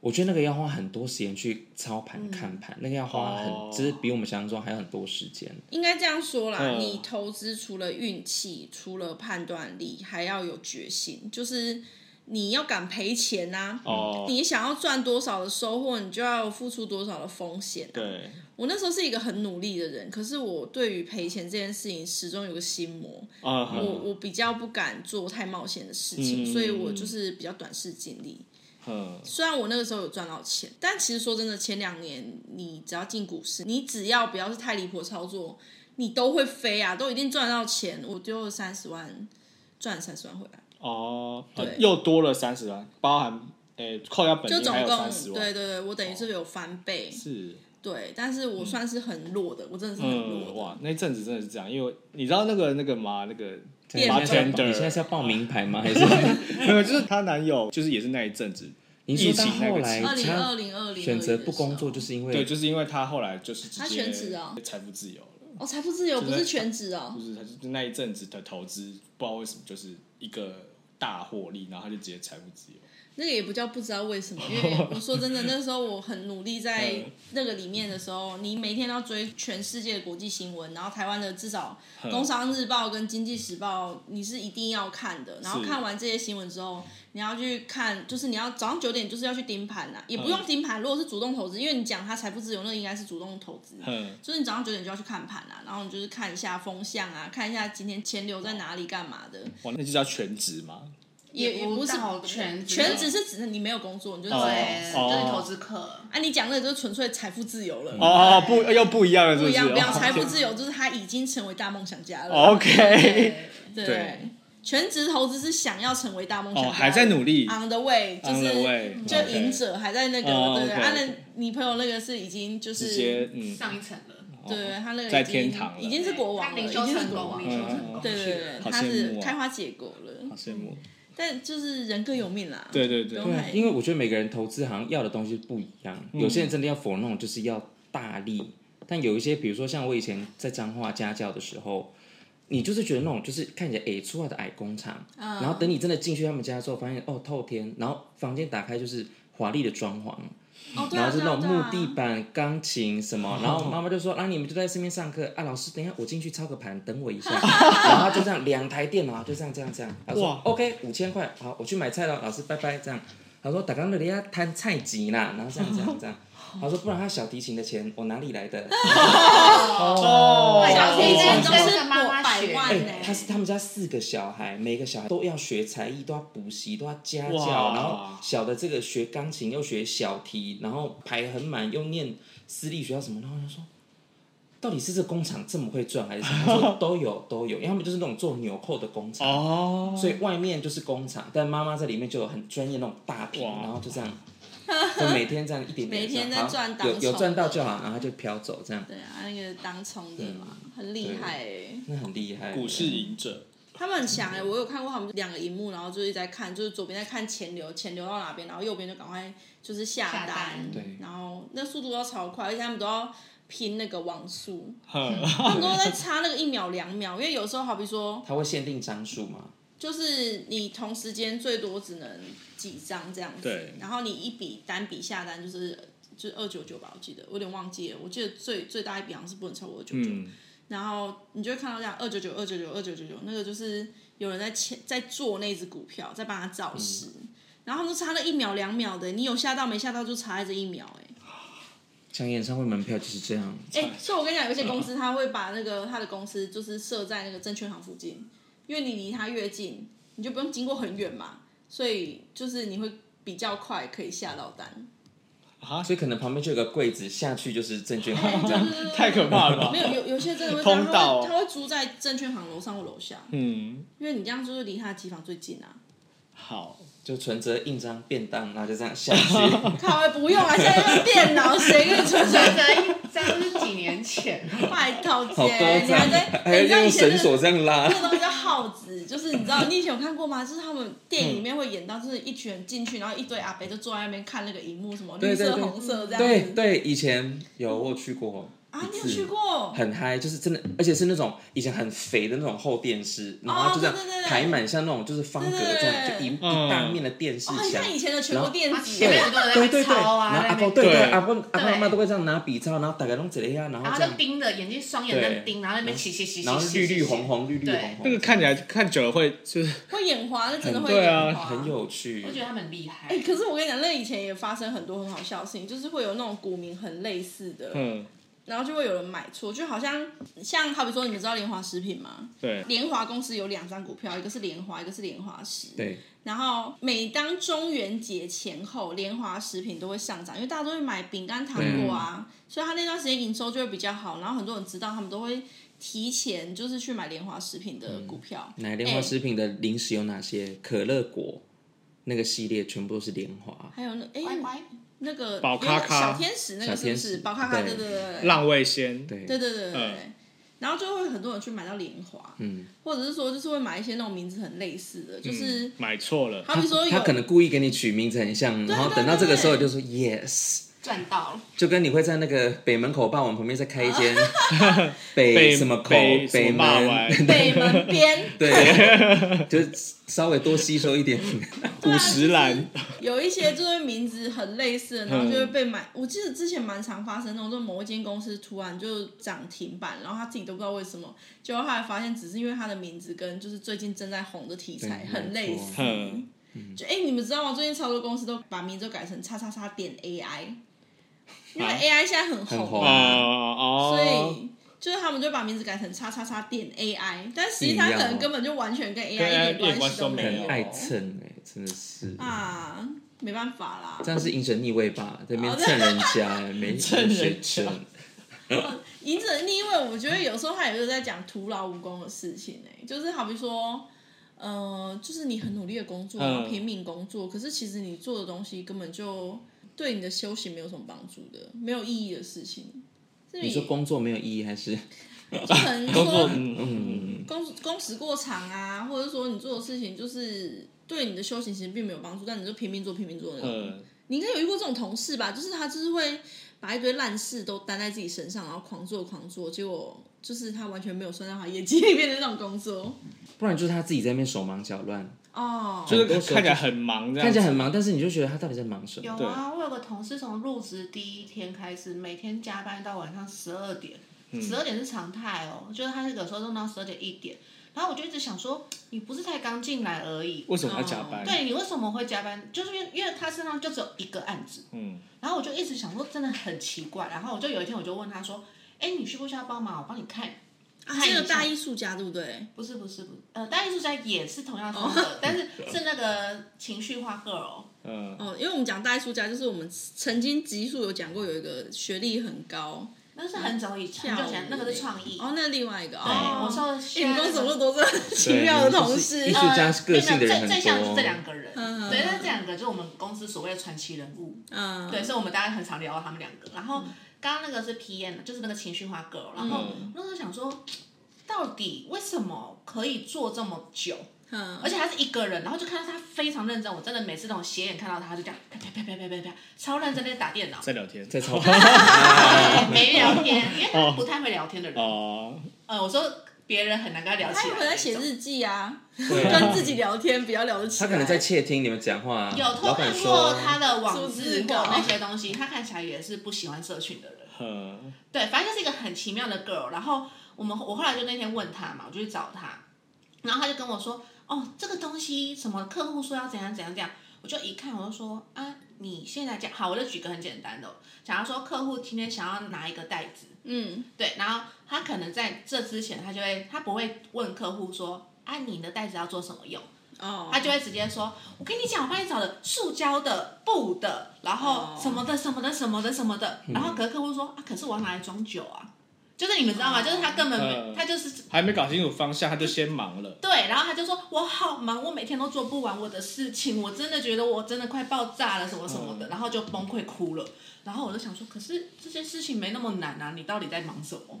S6: 我觉得那个要花很多时间去操盘看盘，那个要花
S2: 哦
S6: 很，就是比我们想象中还有很多时间。
S4: 应该这样说啦，
S2: 嗯
S4: 你投资除了运气，除了判断力，还要有决心，就是你要敢赔钱呐、
S2: 哦，
S4: 你想要赚多少的收获，你就要付出多少的风险、啊。
S2: 对，
S4: 我那时候是一个很努力的人，可是我对于赔钱这件事情始终有个心魔，
S2: 啊，
S4: 我
S2: 哼
S4: 我比较不敢做太冒险的事情，
S2: 嗯
S4: 所以我就是比较短视近利。
S2: 哼
S4: 虽然我那个时候有赚到钱，但其实说真的，前两年你只要进股市，你只要不要是太离谱的操作，你都会飞啊，都一定赚到钱。我丢了三十万，赚三十万回来，
S2: 哦，
S4: 对
S2: 又多了三十万，包含诶扣掉本
S4: 就
S2: 金
S4: 总
S2: 还有
S4: 共
S2: 三十
S4: 对对
S2: 万，哦
S4: 对，我等于是有翻倍，
S2: 是，
S4: 对。但是我算是很弱的，我真的是很弱的。
S2: 嗯，哇，那阵子真的是这样，因为你知道那个那个嘛，那 个
S6: 你现在是要报
S2: bartender
S6: 你现在是要报名牌吗？还是
S2: 没有，就是她男友，就是也是那一阵子，
S6: 你说
S2: 疫
S6: 到
S2: 情那
S6: 后
S2: 个
S6: 来
S2: 期
S4: 二零二
S6: 他
S4: 零二零
S6: 选择不工作，就是因
S2: 对，
S6: 为
S2: 就是因为她后来就是直
S4: 她
S2: 接
S4: 全职哦
S2: 财富自由了，
S4: 哦，财富自由
S2: 就
S4: 不
S2: 是
S4: 是全职哦
S2: 就，是她就那一阵子的投资，不知道为什么就是一个大获利，然后她就直接财富自由。
S4: 那个也不叫不知道为什么，因为我说真的，那时候我很努力在
S2: 嗯
S4: 那个里面的时候，你每天都要追全世界的国际新闻，然后台湾的至少《
S2: 嗯
S4: 工商日报》跟《经济时报》你是一定要看的，然后
S2: 是
S4: 看完这些新闻之后，你要去看，就是你要早上九点就是要去盯盘啦，也不用
S2: 嗯
S4: 盯盘，如果是主动投资，因为你讲他财富自由，那应该是主动投资，
S2: 嗯，
S4: 就是你早上九点就要去看盘啦，然后你就是看一下风向啊，看一下今天钱流在哪里干嘛的，
S2: 哇，那就叫全职嘛。
S4: 也也不是
S5: 到全职
S4: 全职是指你没有工作，你就是
S5: 对，
S2: 哦
S5: 就是投资课，
S4: 啊，你讲的就是纯粹财富自由了，
S2: 哦，不又不一样了，是
S4: 不一
S2: 是？
S4: 样，不一样，
S2: 哦
S4: 财富自由就是他已经成为大梦想家了。
S2: OK，
S4: 对
S2: 对
S4: 全职投资是想要成为大梦想家
S2: 哦，
S4: 的，
S2: 还在努力。
S4: ，on the way，就
S2: On the way，
S4: 是就赢者还在那个，
S2: 哦
S4: 对对，
S2: OK，
S4: 啊，
S2: OK
S4: 那你朋友那个是已经就
S2: 直接
S4: 是，
S2: 嗯，
S5: 上一层了，
S4: 对他那个已经
S2: 在天堂了
S4: 已经是国王
S5: 他
S4: 了，已
S5: 领修
S4: 经是
S5: 成
S4: 国
S5: 功，
S4: 王
S5: 领
S4: 了，
S5: 修成功
S2: 嗯
S5: 去
S4: 对对对
S5: 了，，
S2: 好
S4: 他
S2: 羡
S4: 是
S2: 慕哦
S4: 开花结果了
S2: 好，羡慕。
S4: 但就是人各有命啦，
S2: 对对对
S4: 不
S6: 对
S4: 用
S6: 啊，
S4: 太
S6: 因为我觉得每个人投资好像要的东西不一样，有些人真的要否那种就是要大力，但有一些比如说像我以前在彰化家教的时候。你就是觉得那种就是看起来诶出来的矮工厂，然后等你真的进去他们家之后，发现哦透天，然后房间打开就是华丽的装潢，
S4: 哦，对啊
S6: 然后是那种
S4: 对啊
S6: 木地板、钢琴 什么，然后我妈妈就说：“啊，你们就在身边上课啊，老师，等一下我进去操个盘，等我一 下。”然后就这样，两台电脑就这样这样这样。她说
S2: 哇
S6: ：“OK，五千块，好，我去买菜了，老师，拜拜。”这样，她说：“打刚那里要摊菜集啦，然后这样这样这样。”她说：“不然她小提琴的钱我哪里来的？”哦
S5: 小提琴
S4: 都是
S5: 跟妈妈
S4: 百
S5: 学
S4: 万呢
S6: 哎，他是他们家四个小孩，每个小孩都要学才艺，都要补习，都要家教，
S2: 哇
S6: 然后小的这个学钢琴，又学小提，然后排很满，又念私立学校什么，然后我就说。到底是这工厂这么会赚，还是什么？他说都有都有，因为他们就是那种做纽扣的工厂，
S2: 哦，
S6: 所以外面就是工厂，但妈妈在里面就有很专业那种大屏，
S2: 哇
S6: 然后就这样，就每天这样一点点
S4: 每
S6: 这样，
S4: 天在
S6: 好
S4: 赚当
S6: 有有
S4: 酬
S6: 赚到就好，然后就飘走这样，
S4: 对啊，那个当冲的嘛，很厉害欸
S6: 那很厉害。
S2: 股市赢者，
S4: 他们很强哎、我有看过他们两个荧幕，然后就一直在看，就是左边在看钱流，钱流到哪边，然后右边就赶快就是下单，
S5: 下单
S6: 对
S4: 然后那速度都超快，而且他们都要拼那个网速，
S2: 哼
S4: 他们都在差那个一秒两秒，因为有时候好比说，
S6: 他会限定张数吗？
S4: 就是你同时间最多只能几张这样子，
S2: 对
S4: 然后你一笔单笔下单就是就是二九九吧，我记得我有点忘记了，我记得最最大一笔好像是不能超过二九九，
S2: 嗯，
S4: 然后你就会看到这样二九九二九九二九九九，那个就是有人在切在做那只股票，在帮他
S2: 嗯
S4: 造势，然后他们都差了一秒两秒的，你有吓到没吓到就差在这一秒、哎。
S6: 像演唱会门票就是这样，
S4: 哎、所以我跟你讲，有一些
S2: 嗯
S4: 公司他会把那个他的公司就是设在那个证券行附近，因为你离它越近，你就不用经过很远嘛，所以就是你会比较快可以下到 单。
S6: 所以可能旁边就有个柜子，下去就是证券 行这
S4: 就
S6: 样。
S4: 是
S2: 太可怕了吧
S4: 没？有有有些真的会
S2: 通道哦
S4: 他会他会租在证券行楼上或楼下，
S2: 嗯，
S4: 因为你这样就是离他的机房最近啊。
S2: 好，
S6: 就存折、印章、便当，然后就这样下 去。
S4: 靠，我不用啊，现在用电脑，谁跟你存
S5: 这
S4: 钱？
S5: 这这样是几 年前，
S4: 拜托
S6: 好
S4: 姐，
S6: 高
S4: 你还
S6: 张
S4: 在，哎
S6: 还
S4: 你知道
S6: 要
S4: 以
S6: 用
S4: 前
S6: 绳
S4: 那个
S6: 索这样拉
S4: 那。个东西叫耗子，就是你知道，你以前有看过吗？就是他们电影里面会演到，就是一群人进去，然后一堆阿伯就坐在那边看那个荧幕，什么绿
S6: 对对
S4: 色、
S6: 对
S4: 红色这样子。
S6: 对对，以前有我有去过
S4: 啊，你有
S6: 一次
S4: 去过？
S6: 很嗨，就是真的，而且是那种以前很肥的那种厚电视，然后就这样
S4: 哦对对对对
S6: 排满，像那种就是方格
S4: 对对
S6: 这样，
S4: 对
S6: 就一
S2: 嗯
S6: 一大面的电视
S4: 哦，很像
S6: 墙。
S4: 以前的全国电哎
S5: 他
S4: 子
S5: 前。面很多人在那边
S6: 对啊对对，然
S5: 抄
S6: 后
S5: 啊，在
S6: 阿
S5: 那
S6: 公
S5: 边
S6: 对对
S2: 对
S6: 阿公阿公阿妈
S5: 对
S6: 都会这样拿笔抄，然后大概弄这样，然后
S5: 然后
S6: 这
S5: 就
S6: 样，
S5: 盯着眼睛，双眼在盯，然后在那边洗洗洗洗洗，
S6: 然后绿绿红，红绿绿
S5: 对
S6: 红红，
S2: 那个看起来看久了会就是
S4: 会眼滑，那真的会
S2: 对啊
S4: 眼滑。
S6: 很有趣
S5: 我。觉得他们很厉害。
S4: 哎、可是我跟你讲，那以前也发生很多很好笑的事情，就是会有那种股民很类似的，
S2: 嗯，
S4: 然后就会有人买错，就好像像好比说，你们知道联华食品吗？
S2: 对，
S4: 联华公司有两张股票，一个是联华，一个是联华食。
S6: 对，
S4: 然后每当中元节前后，联华食品都会上涨，因为大家都会买饼干、糖果啊，所以它那段时间营收就会比较好。然后很多人知道，他们都会提前就是去买联华食品的股票。
S6: 奶莲花
S4: 哎
S6: 食品的零食有哪些？可乐果那个系列全部都是莲花，
S4: 还有那哎
S5: 乖乖，
S4: 那个
S2: 宝咖咖
S4: 小天使那个是不
S6: 小天
S4: 是
S6: 使
S4: 宝咖咖？对
S6: 对
S4: 对对对
S2: 浪味仙，
S6: 对
S4: 对对对对对
S2: 嗯。
S4: 然后就会很多人去买到联华，
S6: 嗯，
S4: 或者是说就是会买一些那种名字很类似的，就是
S2: 嗯买错了，
S4: 好比说
S6: 他
S4: 有
S6: 可能故意给你取名字很像，然后等到这个时候就说 yes，
S5: 赚到了，
S6: 就跟你会在那个北门口霸王旁边再开一间 北
S2: 北
S6: 什么口
S2: 北什
S6: 北
S2: 么霸
S6: 门
S2: 王，
S4: 北门边，
S6: 对，就是稍微多吸收一点。
S2: 五十 岚，
S4: 有一些就是名字很类似的，然后就会被买。我记得之前蛮常发生那种，就某一间公司突然就涨停板，然后他自己都不知道为什么，结果后来发现只是因为他的名字跟就是最近正在红的题材
S6: 对
S4: 很类
S6: 没
S4: 似
S6: 错。
S2: 嗯，
S4: 就哎、你们知道吗？最近超多公司都把名字都改成叉叉叉点 AI，因为
S2: 啊
S4: AI 现在很
S6: 很
S4: 红
S6: 红
S2: 哦
S4: 啊，
S2: 哦，
S4: 所以。就是他们就把名字改成叉叉叉点 AI，但实际上
S6: 一
S4: 可
S6: 样哦
S4: 能根本就完全跟 AI 一
S2: 跟 AI 一点
S4: 点
S2: 关
S4: 关
S2: 系
S4: 系
S2: 都
S4: 都
S2: 没
S4: 没
S2: 有
S4: 有
S6: 很爱蹭哎、真的是，
S4: 啊，没办法啦。
S6: 这样是营神逆位吧？在那边蹭人家、欸没
S2: 蹭人
S6: 水
S2: 家
S6: 蹭。
S4: 银子的逆位，我觉得有时候他也是在讲徒劳无功的事情呢、欸就是好比说，呃，就是你很努力的工作，
S2: 嗯
S4: 然后拼命工作，可是其实你做的东西根本就对你的修行没有什么帮助的，没有意义的事情。是
S6: 你说工作没有意义还是？
S4: 就可能
S2: 工作
S4: 说
S6: 嗯，
S4: 工工时过长啊，或者说你做的事情就是对你的修行其实并没有帮助，但你就拼命做拼命做那种。
S2: 嗯，
S4: 你应该有遇过这种同事吧？就是他就是会把一堆烂事都担在自己身上，然后狂做狂做，结果就是他完全没有算到他业绩里面的那种工
S5: 哦
S4: 作
S6: 不然就是他自己在那边手忙脚乱，
S4: 哦。
S2: 就是看起来很忙，这样
S6: 看
S2: 子
S6: 起来很忙，但是你就觉得他到底在忙什
S5: 有
S6: 么？
S5: 啊，我有个同事从入职第一天开始，每天加班到晚上十二点，
S2: 嗯
S5: 十二点是常态哦，就是他有时候弄到十二点一点，然后我就一直想说，你不是才刚进来而已，
S2: 为什么要加
S4: 哦
S2: 班？
S5: 对你为什么会加班？就是因为因为他身上就只有一个案子，
S2: 嗯，
S5: 然后我就一直想说，真的很奇怪，然后我就有一天我就问他说，哎，你需不需要帮忙？我帮你看。
S4: 啊，这个
S5: 看一下
S4: 大艺术家对不对？
S5: 不是不是不是，呃，大艺术家也是同样风格， 但是是那个情绪化 girl，
S2: 嗯，
S4: 哦，因为我们讲大艺术家，就是我们曾经集数有讲过，有一个学历很高，
S5: 那是很早以前
S4: 跳
S5: 就
S4: 舞
S5: 前，那个是创意。
S4: 哦，那另外一个
S5: 对
S4: 哦，
S5: 我说
S4: 哎
S5: 现
S4: 你
S5: 在
S4: 们公司怎么多这么奇
S5: 啊
S4: 妙的同事
S6: 艺？术家
S5: 呃
S6: 个性的人
S5: 最最像
S6: 很
S5: 是
S6: 多
S5: 这两个人，
S4: 嗯
S5: 对，但是这两个就是我们公司所谓的传奇人物，
S4: 嗯，
S5: 对，所以我们大家很常聊到他们两个。然后刚刚那个是 P N，就是那个情绪化 girl，然后
S2: 嗯
S5: 那时候想说，到底为什么可以做这么久？
S4: 嗯，
S5: 而且他是一个人，然后就看到他非常认真，我真的每次那种斜眼看到他就这样啪啪啪啪啪啪啪，超认真的打电脑，
S2: 在聊天，
S6: 在吵，
S5: 没聊天，因为他不太会聊天的人。
S2: 哦，
S5: 呃，我说。别人很难跟他聊
S4: 他
S5: 起
S4: 有
S5: 来。
S4: 可能在写日记啊，
S6: 对啊
S4: 跟自己聊天比较聊得起
S6: 他
S4: 来。
S6: 可能在窃听你们讲话、啊，
S5: 有偷
S6: 老
S5: 看
S6: 板
S5: 过
S6: 说
S5: 他的网志
S4: 组织
S5: 或
S4: 稿
S5: 那些东西，他看起来也是不喜欢社群的人。
S2: 嗯，
S5: 对，反正就是一个很奇妙的 girl。然后我们我后来就那天问他嘛，我就去找他，然后他就跟我说，哦，这个东西什么客户说要怎样怎样怎样，我就一看我就说啊，你现在讲好，我就举个很简单的哦，假如说客户今天想要拿一个袋子，
S4: 嗯，
S5: 对，然后他可能在这之前他就会他不会问客户说，啊，你的袋子要做什么用？
S4: 哦，
S5: 他就会直接说：“我跟你讲，我帮你找的塑胶的、布的，然后
S4: 哦
S5: 什么的、什么的、什么的、什么的。”然后可是客户说：“啊，可是我要拿来装酒啊。”就是你们知道吗？
S4: 哦
S5: 就是他根本没，
S2: 嗯
S5: 他就是
S2: 还没搞清楚方向，他就先忙了。
S5: 对，然后他就说：“我好忙，我每天都做不完我的事情，我真的觉得我真的快爆炸了，什么什么的。”
S2: 嗯
S5: 然后就崩溃哭了。然后我就想说：“可是这些事情没那么难啊，你到底在忙什么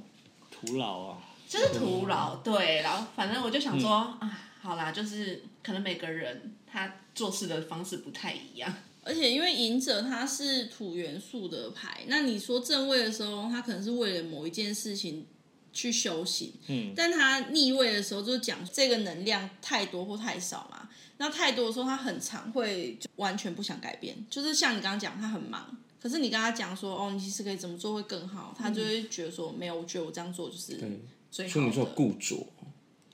S2: 徒劳啊，？”
S5: 就是徒劳。对，然后反正我就
S2: 嗯
S5: 想说：“啊，好啦，就是可能每个人他做事的方式不太一样。”
S4: 而且因为隐者它是土元素的牌，那你说正位的时候，它可能是为了某一件事情去修行，
S2: 嗯，
S4: 但它逆位的时候就讲这个能量太多或太少嘛。那太多的时候，他很常会就完全不想改变，就是像你刚刚讲，他很忙，可是你跟他讲说，哦，你其实可以怎么做会更好，他就会觉得说，没有，我觉得我这样做就是
S6: 对，
S4: 最好
S6: 处
S4: 的。
S6: 女座固着、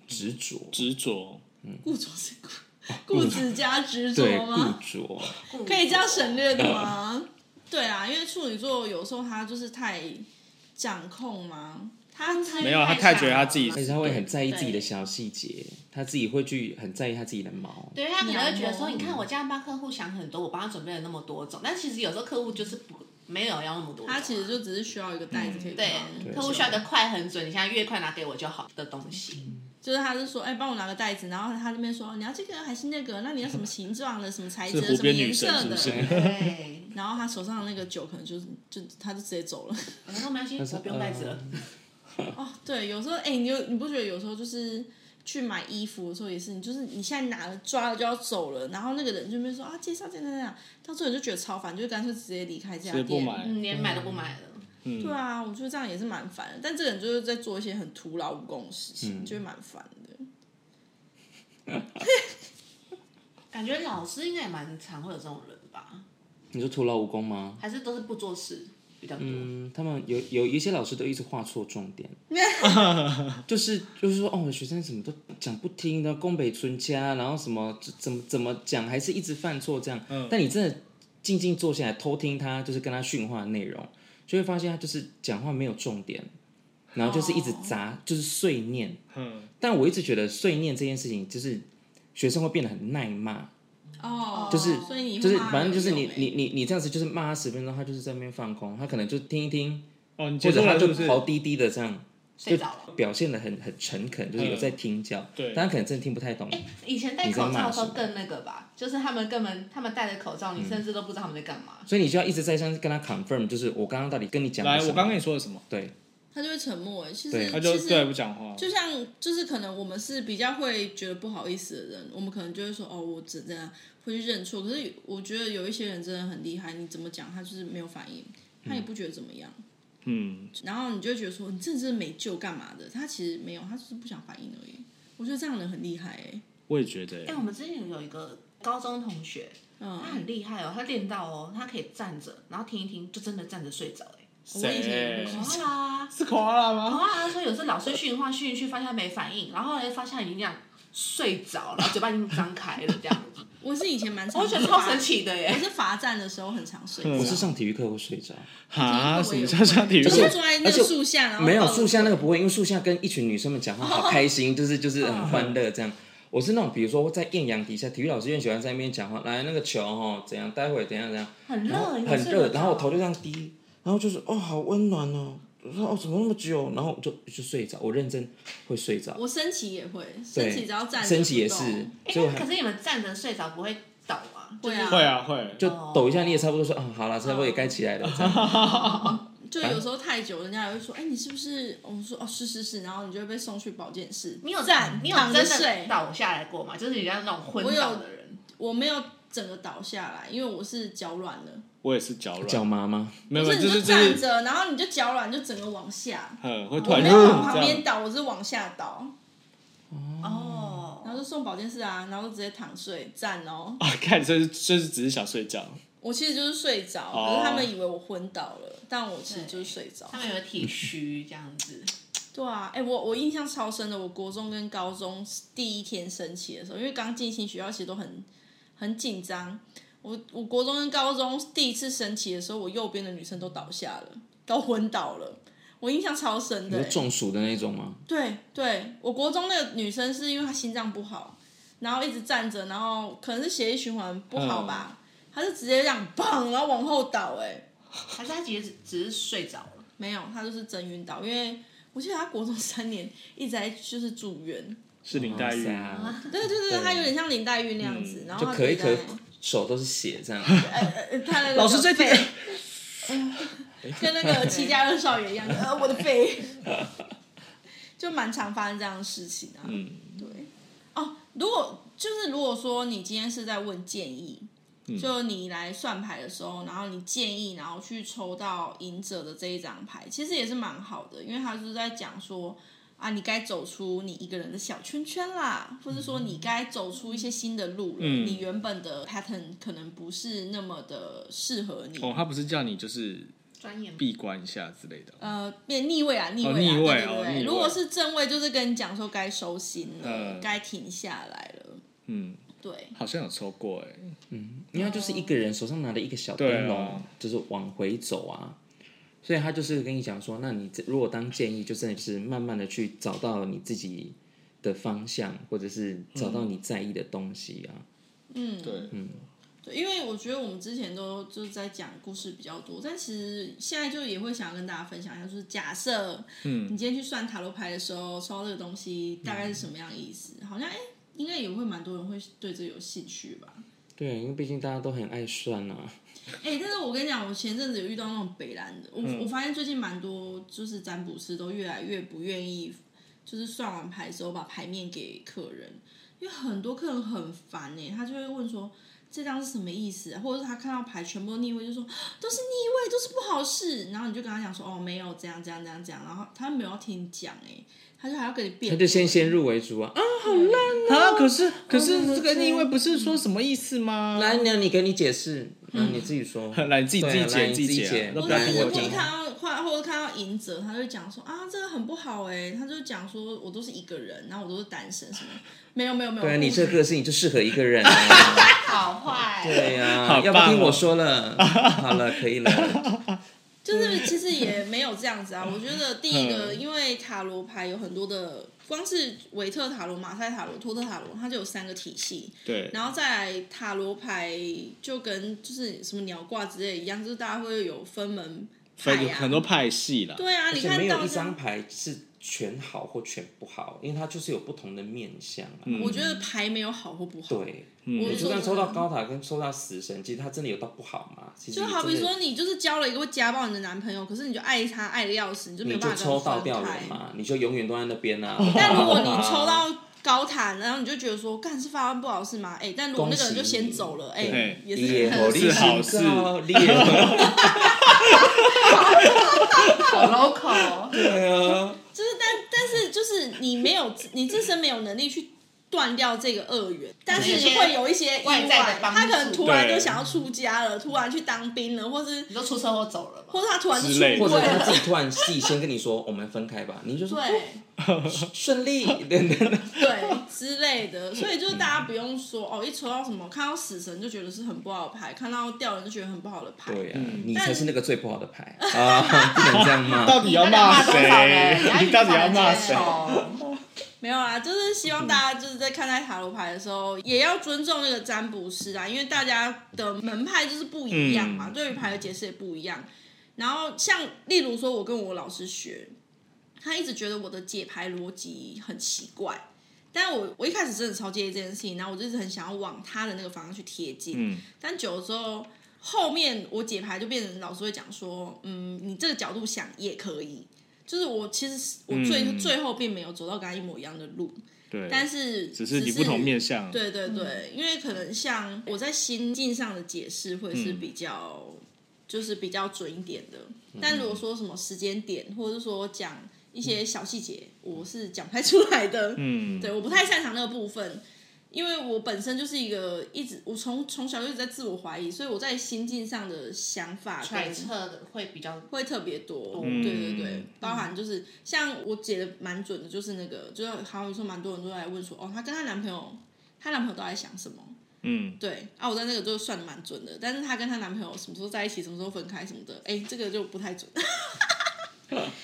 S6: 执着，
S2: 执着，
S4: 固着是固 固执加执着
S6: 哦对，
S4: 吗？
S6: 固着，
S4: 可以这样省略的吗？ 对啊，因为处女座有时候他就是太掌控嘛，他他
S2: 没有，他太觉得他自己
S6: 而且他会很在意自己的小细节，他自己会去很在意他自己的毛。
S5: 对，他可能会觉得说，
S4: 嗯
S5: 你看我这样帮客户想很多，我帮他准备了那么多种，但其实有时候客户就是不没有要那么多种啊。
S4: 他其实就只是需要一个袋子可以放。
S5: 对
S6: 对
S5: 客户需要一个快很准，你现在越快拿给我就好的东西。
S2: 嗯
S4: 就是他是说，哎、帮我拿个袋子，然后他那边说你要这个还是那个，那你要什么形状的，什么材质
S2: 是
S4: 的，
S2: 湖
S4: 什么
S2: 边女
S4: 颜色
S2: 神，是不
S4: 的。
S2: 是？
S5: 对，
S4: 然后他手上的那个酒可能就是就他就直接走了。
S5: 我说没关系，我不用袋子了。
S4: 哦，对，有时候哎、你有你不觉得有时候就是去买衣服的时候也是，你就是你现在拿了抓了就要走了，然后那个人就没说啊介绍介绍介绍，到最后你就觉得超烦，就干脆直接离开这家
S2: 所以
S4: 店。
S2: 不买，
S5: 嗯，连买都不买了。
S4: 对啊，我觉得这样也是蛮烦的，但这个人就是在做一些很徒劳无功的事
S5: 嗯
S4: 情，就会蛮烦的。
S5: 感觉老师应该也蛮常会有这种人吧？
S6: 你说徒劳无功吗？
S5: 还是都是不做事比较多？
S6: 嗯，他们有有一些老师都一直画错重点，就是就是说，哦，我的学生怎么都讲不听的，宫北存家，然后什么怎怎么怎么讲，还是一直犯错这样。但你真的静静坐下来偷听他，就是跟他训话的内容，就会发现他就是讲话没有重点，然后就是一直杂，就是碎念。
S2: 嗯，
S6: 但我一直觉得碎念这件事情，就是学生会变得很耐骂，
S4: 哦，
S5: 就是
S4: 所以你
S6: 就是
S4: 骂
S6: 反正就是
S4: 人有
S6: 你
S4: 没
S6: 你你你这样子就是骂他十分钟，他就是在那边放空，他可能就听一听，
S2: 哦，你
S6: 或
S2: 接受
S6: 者他
S2: 了是
S6: 就
S2: 不是？
S6: 跑滴滴的这样，
S5: 睡着了。
S6: 表现的很很诚恳，就是有在听教，
S2: 嗯对
S6: 但他可能真的听不太懂。
S5: 以前戴
S6: 你在
S5: 口
S6: 骂嗯
S5: 罩的时候
S6: 什么
S5: 更那个吧，就是他们根本他们戴着口罩，你甚至都不知道他们在干嘛。
S6: 所以你就要一直在上跟他 confirm，就是我刚刚到底跟你讲了
S2: 来，
S6: 什
S2: 我
S6: 么
S2: 刚跟你说的什么？
S6: 对，
S4: 他就会沉默、哎，其
S6: 对
S4: 实
S2: 他就
S4: 其实
S2: 对不讲话，
S4: 就像就是可能我们是比较会觉得不好意思的人，我们可能就会说哦，我只这样会去认错。可是我觉得有一些人真的很厉害，你怎么讲他就是没有反应，他也不觉得怎么样。
S2: 嗯，
S4: 然后你就会觉得说你这真的没救干嘛的？他其实没有，他就是不想反应而已。我觉得这样的人很厉害哎、
S2: 我也觉得
S5: 哎、，我们之前有一个高中同学，
S4: 嗯
S5: 他很厉害哦，他练到哦，他可以站着，然后听一听，就真的站着睡着哎、
S4: 我以前也哦
S2: 谁
S4: 会
S5: 欸。好啦，
S2: 是考拉
S5: 然
S2: 吗？
S4: 哦
S5: 后他说有时候老师训话训一训，发现他没反应，然后后来发现他已经这样睡着，然后嘴巴已经张开了这样子，
S4: 我是以前蛮常
S5: 我觉得超神奇的耶
S4: 我。是罚站的时候很常睡
S2: 嗯
S6: 我
S4: 觉，
S6: 是上体育课会睡着，
S2: 啊，
S4: 体
S2: 什
S4: 育
S2: 么
S4: 课
S2: 叫上体育
S4: 就
S2: 课？
S4: 是坐在那
S6: 而且
S4: 个树下，
S2: 啊
S4: 然后
S6: 没有
S4: 抱着
S6: 树下那个不会，因为树下跟一群女生们讲话好 开心，就是就是很欢乐
S2: 啊
S6: 这样。我是那种，比如说在艳阳底下，体育老师也很喜欢在那边讲话，来那个球哦，怎样，待会怎样怎样，
S5: 很
S6: 然后
S5: 热，
S6: 很热，然后我头
S5: 就
S6: 就这样低，然后就是哦，好温暖哦，我说哦，怎么那么久，然后我就就睡着，我认真会睡着，
S4: 我升旗也会，升
S6: 对
S4: 旗只要站着
S6: 升旗也
S4: 不
S6: 是
S4: 动，
S6: 所以我
S5: 可
S6: 还
S5: 是你们站着睡着不会倒吗？
S4: 会啊
S2: 会啊会，
S6: 就抖一下，你也差不多说啊，好了，差不多也该起来了，这样
S4: 哦 就有
S6: 啊
S4: 时候太久，人家也会说：“哎、你是不是？”我说：“哦，是是是。”然后你就会被送去保健室。
S5: 你有
S4: 站，
S5: 你有
S4: 躺
S5: 真
S4: 着
S5: 的
S4: 睡？
S5: 倒下来过吗？就是你像那种昏
S4: 我有
S5: 倒的人，
S4: 我没有整个倒下来，因为我是脚软了，
S2: 我也是脚
S6: 叫
S2: 软，
S6: 妈妈，
S2: 没有，
S4: 不
S2: 没有
S4: 是
S2: 就
S4: 你
S2: 是就
S4: 站
S2: 是，
S4: 着，然后你就脚软就整个往下，
S2: 嗯，会突
S4: 我
S2: 然
S4: 没
S2: 就
S4: 有往旁
S2: 这
S4: 边
S2: 样，
S4: 倒，我是往下倒，
S1: 哦
S4: 然后就送保健室啊，然后就直接躺睡，赞哦。
S2: 啊，看这是这是只是想睡觉，
S4: 我其实就是睡着，
S2: 哦
S4: 可是他们以为我昏倒了，但我其实就是睡着。
S5: 他们有体虚这样子，
S4: 对啊，哎、我我印象超深的，我国中跟高中第一天升旗的时候，因为刚进新学校，其实都很很紧张。我我国中跟高中第一次升旗的时候，我右边的女生都倒下了，都昏倒了，我印象超深的、
S6: 就
S4: 哎
S6: 中暑的那种吗？
S4: 对对，我国中那个女生是因为她心脏不好，然后一直站着，然后可能是血液循环不好吧，她就直接这样砰，然后往后倒、哎，
S5: 还是他其实只是睡着了，
S4: 没有，她就是真晕倒，因为我记得她国中三年一直在就是住院，
S2: 是林黛玉
S6: 哇， 塞
S4: 对对对，
S6: 对
S4: 她有点像林黛玉那样
S2: 嗯
S4: 子，然后
S6: 就
S4: 她
S6: 咳一
S4: 在
S6: 咳，手都是血 这样。
S4: 呃她那个
S2: 老师这
S4: 肺
S2: 点，
S4: 跟那个七家二少爷一样，呃，我的肺，就蛮常发生这样的事情啊。
S2: 嗯，
S4: 对，哦，如果就是如果说你今天是在问建议，
S2: 嗯
S4: 就你来算牌的时候，然后你建议，然后去抽到赢者的这一张牌，其实也是蛮好的，因为他就是在讲说啊，你该走出你一个人的小圈圈啦，或者说你该走出一些新的路了，
S2: 嗯
S4: 你原本的 pattern 可能不是那么的适合你。
S2: 哦，他不是叫你就是
S5: 专业吗
S2: 闭关一下之类的，
S4: 呃，变逆位啊，逆位啊，
S2: 逆位
S4: 对对
S2: 哦
S4: 对
S2: 逆位
S4: 如果是正位，就是跟你讲说该收心了
S2: 嗯，
S4: 该、停下来了。
S2: 嗯，
S4: 对，
S2: 好像有抽过哎，
S6: 因为他就是一个人手上拿着一个小灯
S2: 对
S6: 笼，
S2: 啊
S6: 就是往回走啊。所以他就是跟你讲说，那你这如果当建议，就真的是慢慢的去找到你自己的方向，或者是找到你在意的东西啊。
S4: 嗯，
S2: 对，
S4: 对，因为我觉得我们之前都就是在讲故事比较多，但其实现在就也会想要跟大家分享一下，就是假设，嗯，你今天去算塔罗牌的时候抽到这个东西，大概是什么样的意思？好像哎、应该也会蛮多人会对这有兴趣吧。
S6: 对，因为毕竟大家都很爱算啊。
S4: 哎、但是我跟你讲，我前阵子有遇到那种北兰的，我、我发现最近蛮多就是占卜师都越来越不愿意，就是算完牌之后把牌面给客人，因为很多客人很烦哎、他就会问说这张是什么意思、啊，或者是他看到牌全部都逆位就说都是逆位，都是不好事，然后你就跟他讲说哦没有这样这样这样这样，然后他没有要听你讲哎、他就还要跟你辩欸
S6: 他
S4: 论，
S6: 就先先入为主啊，啊，
S2: 啊，可是可
S4: 嗯
S2: 是这个逆位不是说什么意思吗？
S6: 来，那你跟你解释，然后你自己说，
S2: 来，你自己
S6: 对啊
S2: 自己
S6: 来
S2: 解
S6: 你
S2: 自己
S6: 自己
S2: 解啊，
S6: 解
S2: 都
S4: 或
S2: 不
S4: 者
S2: 要
S4: 是
S2: 听
S4: 或
S2: 我
S4: 者
S2: 讲
S4: 是。看到或或者看到赢者，他就讲说啊，这个很不好哎、他就讲说我都是一个人，然后我都是单身什么，没有没有没有，
S6: 对啊，
S4: 我
S6: 你这个事情就适合一个人啊。
S5: 好坏，
S6: 对
S2: 好
S6: 呀，
S2: 棒哦
S6: 要不听我说 了，好了，可以了。
S4: 就是其实也没有这样子啊。我觉得第一个，因为塔罗牌有很多的，光是维特塔罗、马赛塔罗、托特塔罗，它就有三个体系，
S2: 对，
S4: 然后再来塔罗牌就跟就是什么鸟卦之类一样，就是大家会有分门派
S2: 有
S4: 啊，
S2: 很多派系啦。
S4: 对啊，
S6: 而
S4: 你
S6: 且
S4: 看
S6: 没
S4: 到
S6: 有一
S4: 像
S6: 张牌是全好或全不好，因为它就是有不同的面相啊。
S2: 嗯
S4: 我觉得牌没有好或不好，
S6: 对，
S4: 我
S6: 你
S4: 是
S6: 就算
S4: 说
S6: 抽到高塔跟抽到死神，其实它真的有到不好吗？其实
S4: 就
S6: 也
S4: 好比
S6: 真的
S4: 说，你就是交了一个会家暴你的男朋友，可是你就爱他爱的要死，你就没有
S6: 你就
S4: 办法
S6: 抽
S4: 跟他
S6: 到
S4: 分
S6: 掉
S4: 开
S6: 人。嘛，你就永远都在那边啊。
S4: 但如 果你抽到高塔，然后你就觉得说，干是发生不好事吗？哎、但如果那个人就
S6: 恭喜你
S4: 先走了，哎、
S2: 对
S4: 也是
S6: 烈火
S4: 很
S2: 力
S6: 力
S2: 好事
S6: 烈火
S5: 好 local，哦
S6: 对啊，
S4: 就是但但是就是你没有你自身没有能力去断掉这个恶缘，但是会有一些意
S5: 外在
S4: 外
S5: 的，帮助
S4: 他可能突然
S2: 对
S4: 就想要出家了，突然去当兵了，或是
S5: 你都出车祸走了
S4: 或
S5: 吧？
S4: 是他突然就出
S2: 之类的
S6: 或
S4: 轨
S6: 者他
S4: 了，
S6: 自己突然自己先跟你说，我们分开吧，你就说哦
S4: 对。
S6: 顺利等等。
S4: 对之类的，所以就是大家不用说哦，一抽到什么看到死神就觉得是很不好的牌，看到吊人就觉得很不好的牌。
S6: 对呀，你才是那个最不好的牌啊，不能这样 吗？
S2: 到底要骂谁？ 你
S5: 你
S2: 到底要骂谁？
S4: 没有啦，就是希望大家就是在看待塔罗牌的时候，也要尊重那个占卜师啊，因为大家的门派就是不一样嘛，
S2: 嗯
S4: 对于牌的解释也不一样。然后像例如说，我跟我老师学，他一直觉得我的解牌逻辑很奇怪，但我我一开始真的超介意这件事情，然后我就一直很想要往他的那个方向去贴近。
S2: 嗯，
S4: 但久了之后，后面我解牌就变成老师会讲说，嗯，你这个角度想也可以。就是我其实是我最、
S2: 嗯
S4: 最后并没有走到跟他一模一样的路，
S2: 对，
S4: 但是
S2: 只是你不同面向，
S4: 对对
S5: 嗯
S4: 对，因为可能像我在心境上的解释会是
S5: 嗯
S4: 比较，就是比较准一点的。但如果说什么时间点，或者是说讲一些小细节，
S5: 嗯
S4: 我是讲不太出来的。
S2: 嗯，
S4: 对，我不太擅长那个部分，因为我本身就是一个一直我从从小就一直在自我怀疑，所以我在心境上的想法跟
S5: 揣测的会比较
S4: 会特别多，
S5: 嗯
S4: 对对对，包含就是像我姐的蛮准的，就是那个，就是好像说蛮多人都来问说，哦，她跟她男朋友，她男朋友都在想什么？
S2: 嗯，
S4: 对啊，我在那个就算的蛮准的，但是她跟她男朋友什么时候在一起，什么时候分开什么的，哎，这个就不太准，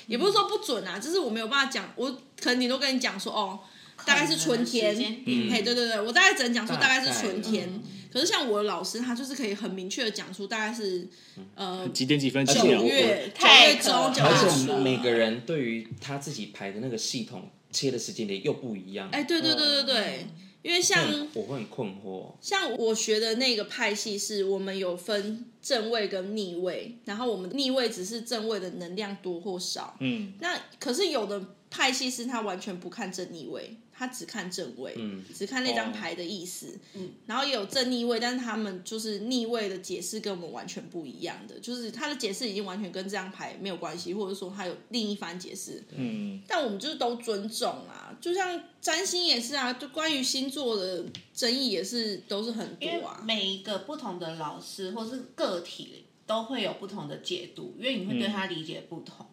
S4: 也不是说不准啊，就是我没有办法讲，我可能你都跟你讲说，哦，大概是春天
S5: 可能时间，
S4: 嘿，对对对，我大概只能讲说大概
S6: 大概
S4: 是春天，
S5: 嗯
S4: 可是像我的老师，他就是可以很明确的讲出大概是，呃，
S2: 几点几分几
S6: 而且
S2: 秒
S4: 九？
S6: 我
S4: 月九
S5: 太
S4: 月中
S5: 可
S4: 九
S5: 怕
S4: 月
S5: 了
S6: 而且
S4: 初，
S6: 每个人对于他自己排的那个系统切的时间点又不一样。
S4: 哎，对对对对对，因为像
S6: 嗯，我会很困惑。
S4: 像我学的那个派系是我们有分正位跟逆位，然后我们逆位只是正位的能量多或少，
S2: 嗯，
S4: 那可是有的派系是他完全不看正逆位，他只看正位，
S6: 嗯
S4: 只看那张牌的意
S5: 哦
S4: 思。
S5: 嗯
S4: 然后也有正逆位，但是他们就是逆位的解释跟我们完全不一样的，就是他的解释已经完全跟这张牌没有关系，或者说他有另一番解释。
S2: 嗯，
S4: 但我们就是都尊重啊，就像占星也是啊，就关于星座的争议也是都是很多
S5: 因为
S4: 啊。
S5: 每一个不同的老师或是个体都会有不同的解读，因为你会对他理解不同。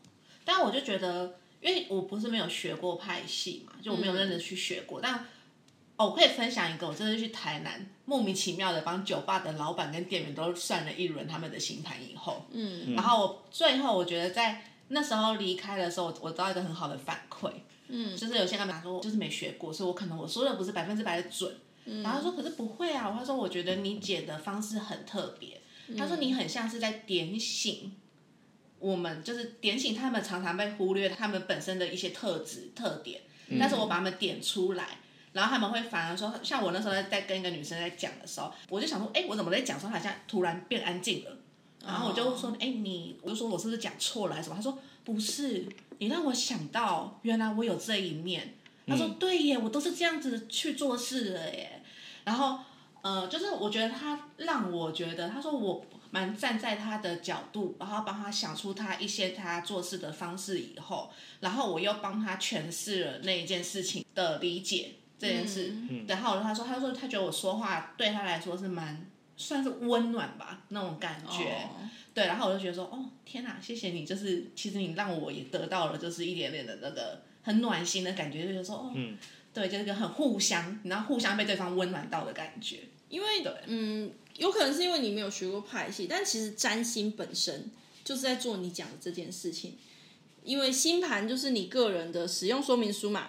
S5: 但我就觉得，因为我不是没有学过派系嘛，就我没有认真去学
S4: 嗯
S5: 过。但哦，我可以分享一个，我这次去台南，莫名其妙的帮酒吧的老板跟店员都算了一轮他们的星盘以后，
S4: 嗯
S5: 然后我最后我觉得在那时候离开的时候，我我得到一个很好的反馈，
S4: 嗯
S5: 就是有些干嘛说我就是没学过，所以我可能我说的不是百分之百的准。然后他说可是不会啊，他说我觉得你解的方式很特别，他说你很像是在点醒。我们就是点醒他们常常被忽略他们本身的一些特质特点，但是我把他们点出来，然后他们会反而说，像我那时候在跟一个女生在讲的时候，我就想说，哎，我怎么在讲说她好像突然变安静了，然后我就说，哎、你，我就说我是不是讲错了还是什么？他说不是，你让我想到原来我有这一面。他说、对耶，我都是这样子去做事的耶。然后呃，就是我觉得他让我觉得，他说我蛮站在他的角度，然后帮他想出他一些他做事的方式以后，然后我又帮他诠释了那一件事情的理解这件事。
S4: 嗯
S5: 然后他说，他说他觉得我说话对他来说是蛮算是温暖吧那种感觉。
S4: 哦
S5: 对，然后我就觉得说，哦，天哪，谢谢你，就是其实你让我也得到了，就是一点点的那个很暖心的感觉，就觉得说，哦，
S2: 嗯
S5: 对，就是个很互相，然后互相被对方温暖到的感觉。
S4: 因为
S5: 对
S4: 嗯，有可能是因为你没有学过派系，但其实占星本身就是在做你讲的这件事情。因为星盘就是你个人的使用说明书嘛，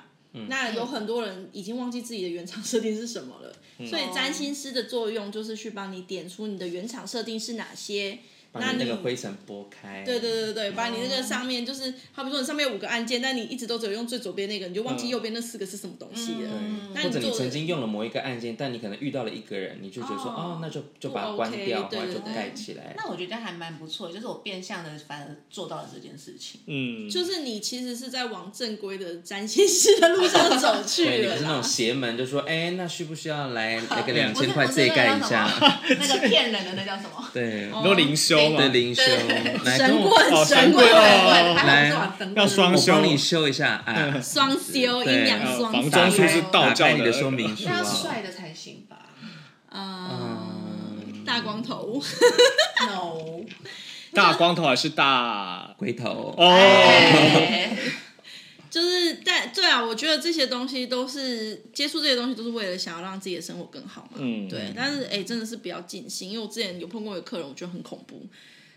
S4: 那有很多人已经忘记自己的原厂设定是什么了，所以占星师的作用就是去帮你点出你的原厂设定是哪些。
S6: 把你
S4: 那
S6: 那
S4: 你
S6: 个灰尘拨开。
S4: 对对对对，把你那个上面就是，好比说你上面有五个按键，但你一直都只有用最左边那个，你就忘记
S2: 嗯
S4: 右边那四个是什么东西了。
S5: 嗯
S4: 那
S6: 或
S4: 你
S6: 者你
S4: 做
S6: 曾
S4: 的
S6: 经用了某一个按键，但你可能遇到了一个人，你就觉得说，
S5: 哦
S6: 哦，那就就
S4: 不
S6: 把它关
S4: OK，
S6: 掉，或
S4: 对
S6: 者就
S4: 对对
S6: 盖起来。
S5: 那我觉得还蛮不错，就是我变相的反而做到了这件事情。
S2: 嗯，
S4: 就是你其实是在往正规的占星师的路上走去
S6: 对，你不
S4: 了
S6: 是那种
S4: 啦。
S6: 邪门，就说，哎，那需不需要来来
S4: 嗯
S6: 个两
S5: 我
S6: 千
S5: 是
S6: 块
S5: 我是
S6: 借
S5: 那个
S6: 盖一
S5: 叫什
S6: 下？
S5: 么？那个骗人的那叫什么？
S6: 对，
S2: 你都灵修嘛
S6: 对，灵修，来跟
S4: 哦神
S6: 我，
S2: 哦
S4: 棍，神
S2: 神
S4: 棍
S2: 棍，
S5: 对，
S2: 哦
S5: 他们是往神棍
S2: 要双
S6: 我
S2: 修
S6: 帮你修一下啊，
S4: 双修，
S6: 对
S4: 阴阳
S2: 呃
S4: 双
S2: 房中
S4: 杀
S2: 术是道
S6: 打
S2: 教
S6: 开你的说明书
S5: 那要
S6: 啊。
S5: 帅的才行吧
S4: 啊，
S6: 嗯
S4: 大光头。
S5: ？No，
S2: 大光头还是大
S6: 回头，
S2: 哦，
S5: 哎
S4: 就是但对啊，我觉得这些东西都是接触这些东西，都是为了想要让自己的生活更好嘛。
S2: 嗯
S4: 对。但是哎、真的是比较尽心，因为我之前有碰过一个客人，我觉得很恐怖，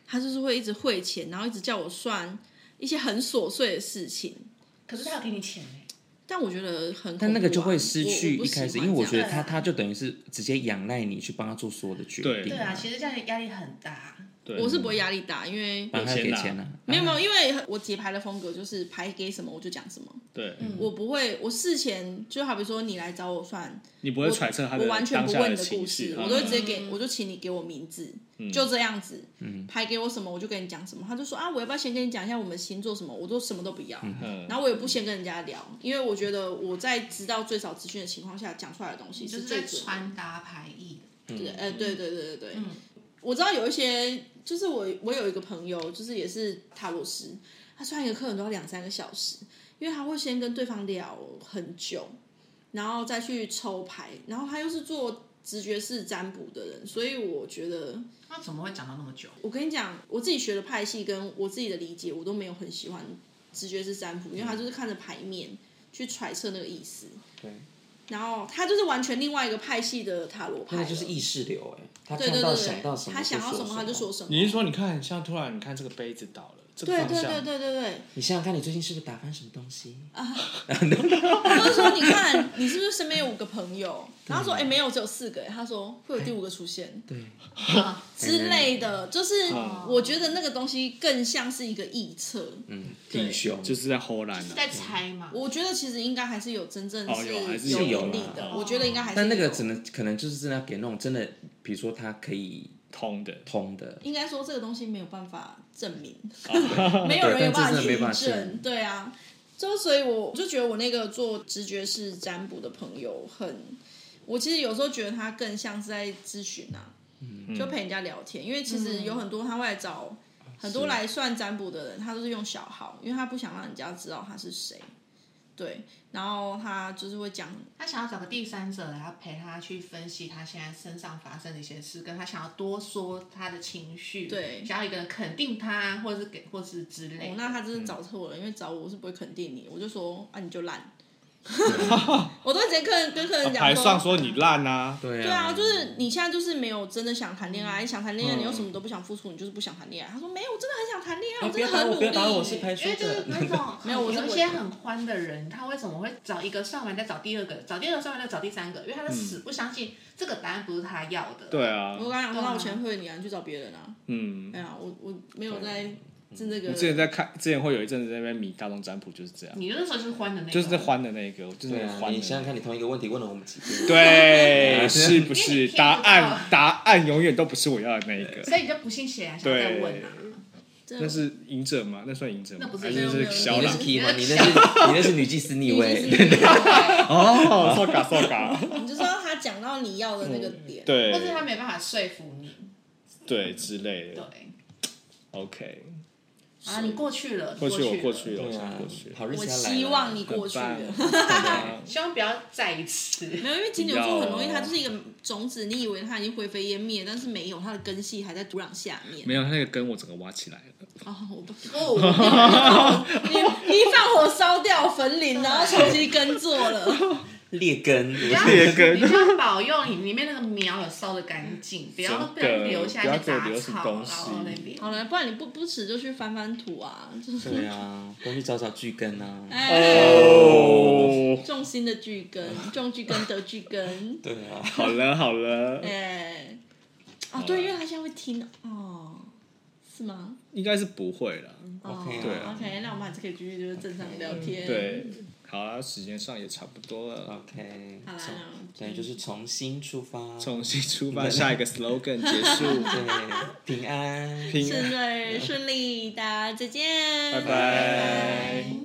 S4: 他就是会一直汇钱，然后一直叫我算一些很琐碎的事情，
S5: 可是他有给你钱哎。
S4: 但我觉得很恐怖啊、
S6: 但那个就会失去
S4: 我
S6: 一开始，因为我觉得
S5: 这样
S6: 他他就等于是直接仰赖你去帮他做所有的决定。
S2: 对啊
S5: 对啊，其实这样压力很大。
S2: 对，
S4: 我是不会压力大，因为
S6: 反正他
S2: 有
S6: 给
S2: 钱拿
S6: 钱啊，
S4: 没有没有，因为我节拍的风格就是牌给什么我就讲什么，
S2: 对，
S4: 嗯
S2: 嗯
S4: 我不会，我事前就好比说你来找我算，
S2: 你不会揣测他
S4: 我
S2: 的
S4: 完全
S2: 当
S4: 不
S2: 下
S4: 问你的
S2: 情
S4: 故
S2: 绪嗯
S4: 事，
S2: 啊，
S4: 我都会直接给，我就请你给我名字，就这样子，牌给我什么我就跟你讲什么。他就说啊，我要不要先跟你讲一下我们星座什么？我都什么都不要，
S2: 嗯
S4: 然后我也不先跟人家聊，因为我觉得我在知道最少资讯的情况下讲出来的东西
S5: 就是
S4: 最
S5: 在
S4: 准的。
S5: 传达排异。
S4: 对，呃，对对对对对，我知道有一些，就是我我有一个朋友，就是也是塔罗师，他算一个课程都要两三个小时，因为他会先跟对方聊很久，然后再去抽牌，然后他又是做直觉式占卜的人，所以我觉得，
S5: 那怎么会讲到那么久？
S4: 我跟你讲，我自己学的派系跟我自己的理解，我都没有很喜欢直觉式占卜，因为他就是看着牌面去揣测那个意思，
S2: 对，
S4: 然后他就是完全另外一个派系的塔罗
S6: 那
S4: 牌
S6: 个
S4: 了，
S6: 就是意识流哎，他
S4: 对
S6: 看
S4: 对
S6: 到
S4: 对
S6: 想到什
S4: 对，
S6: 么，
S4: 他想到什么
S6: 么
S4: 他就说。什么。
S2: 你是说你看，像突然你看这个杯子倒了，这个
S4: 对
S2: 方
S4: 对
S2: 向，
S4: 对对对对，
S6: 你想想看，你最近是不是打翻什么东西？
S4: 啊就是说你看你是不是身边有五个朋友，然后说哎、没有只有四个，哎他说会有第五个出现
S6: 嗯对，
S4: 之类的，就是
S2: 嗯
S4: 我觉得那个东西更像是一个臆测。
S6: 嗯，
S4: 对
S6: 弟兄
S2: 就是在吼烂啊。
S5: 在猜嘛？
S4: 我觉得其实应该还是有真正
S2: 哦
S4: 是
S2: 有还是
S4: 有
S6: 有
S4: 能力
S6: 啦
S4: 的，
S5: 哦
S4: 我觉得应该还是有。
S6: 但那个只能可能就是真的要给那种真的，比如说他可以
S2: 通的，
S6: 通的，
S4: 应该说这个东西没有办法证明， 没有人有
S6: 啊
S4: 办
S6: 但这
S4: 法
S6: 真的没
S4: 去
S6: 办法证
S4: 证，对啊。就所以我我就觉得我那个做直觉式占卜的朋友很，我其实有时候觉得他更像是在咨询啊，
S6: 嗯
S4: 就陪人家聊天，因为其实有很多他会来找很多来算占卜的人，他都是用小号，因为他不想让人家知道他是谁，对，然后他就是会讲
S5: 他想要找个第三者来陪他去分析他现在身上发生的一些事，跟他想要多说他的情绪，
S4: 对
S5: 想要一个人肯定他，或者是给，或是之类
S4: 哦
S5: 的。，
S4: 那他
S2: 嗯
S4: 真的找错了，因为找我我是不会肯定你，我就说啊你就烂， 我都会直接跟跟客人讲
S2: 还算说你烂啊，对，
S6: 对
S4: 对啊，就是你现在就是没有真的想谈
S2: 嗯
S4: 恋爱，你想谈恋爱你又什么都不想付出，你就是不想谈恋爱。他说没有，我真的很想谈恋
S2: 哦
S4: 爱，我真
S6: 不
S4: 的
S6: 要打
S4: 很
S6: 我，
S4: 努
S6: 不要打我，我
S4: 力。
S6: 是拍
S5: 因
S6: 书
S5: 为就是
S6: 的。
S5: 那种
S4: 没有我是
S5: 有一些很欢的人，他为什么会找一个算完再找第二个，找第二个算完再找第三个？因为他是死不相信这个答案不是他要的。
S2: 嗯对啊
S4: 我，跟他讲说，
S5: 对啊
S4: 那我钱退你啊，你去找别人啊。
S2: 嗯啊
S4: 哎。呀，我我没有在是那个
S2: 我之前在看，之前会有一阵子在那边迷大众占卜，就是这样，
S5: 你那时候就是欢的那个，
S2: 就是在欢的那个，我就是
S6: 对
S2: 那个
S6: 啊，
S2: 欢
S6: 你想
S2: 的那
S6: 想
S2: 个。
S6: 看，你同一个问题问了我们几 遍，
S2: 对，是不
S5: 因为
S2: 是
S5: 你听不
S2: 答案
S4: 啊
S5: 到？
S2: 答案永远都不是我要的那一个。
S5: 所以你就不信邪啊，想要再问啊。
S4: 真的
S2: 那是赢者吗？那算赢者吗
S5: 那不？是
S2: 还
S4: 没有
S2: 是
S4: 没有
S2: 小
S6: 你那
S2: 狼
S6: 是？key 吗？你那是你 那是女祭司逆
S4: 你
S6: 位，
S4: 就是
S2: 哦，受嘎受嘎。
S4: 你就知道他讲到你要的那个点。
S2: 对
S5: 或是他没办法说服你，
S2: 对之类
S5: 对
S2: 的。OK，
S5: 啊，你过去了，
S2: 过去
S5: 了
S2: 我过去了，我
S6: 对
S2: 想
S6: 啊
S2: 过去，了。
S6: 好日
S4: 我
S6: 子要来了
S4: 希望你过去了
S2: 很。棒对啊
S5: 希望不要再一次。
S4: 没有，因为金牛座很容易，
S2: 不要
S4: 它就是一个种子，你以为它已经灰飞烟灭，但是没有，它的根系还在土壤下 面。
S2: 没有，他那个根我整个挖起来了。
S4: 哦，我不，哦， 你你放火烧掉坟林，然后重新耕作了。
S6: 劣根，
S5: 你要
S2: 劣根
S5: 你就要保佑你里面那个苗有烧的干净，不要
S2: 真的
S5: 被人留下一些
S2: 不要
S5: 杂
S2: 给我留什么
S5: 草
S2: 东
S5: 然
S2: 西
S5: 后那边。
S4: 好了，不然你不不耻就去翻翻土啊，就是
S6: 对啊，多去找找巨根啊，
S4: 哎，
S2: 哦，
S4: 种心的巨根，种巨根得巨根，
S6: 对 啊，
S2: 好了好了，
S4: 哎，啊对，因为他现在会听哦，是吗？
S2: 应该是不会了。
S4: 哦
S6: OK 啊
S2: 对啊
S4: OK，那我们还是可以继续就是正常聊天。，
S2: 对，好啊，时间上也差不多了，
S6: OK，
S4: 好啦
S6: 从
S4: 那我们
S6: 对，就是重新出发，
S2: 重新出发，下一个 slogan 结束，
S6: 对平安。
S2: 平安，
S4: 顺利顺利，大家再见，
S2: 拜拜。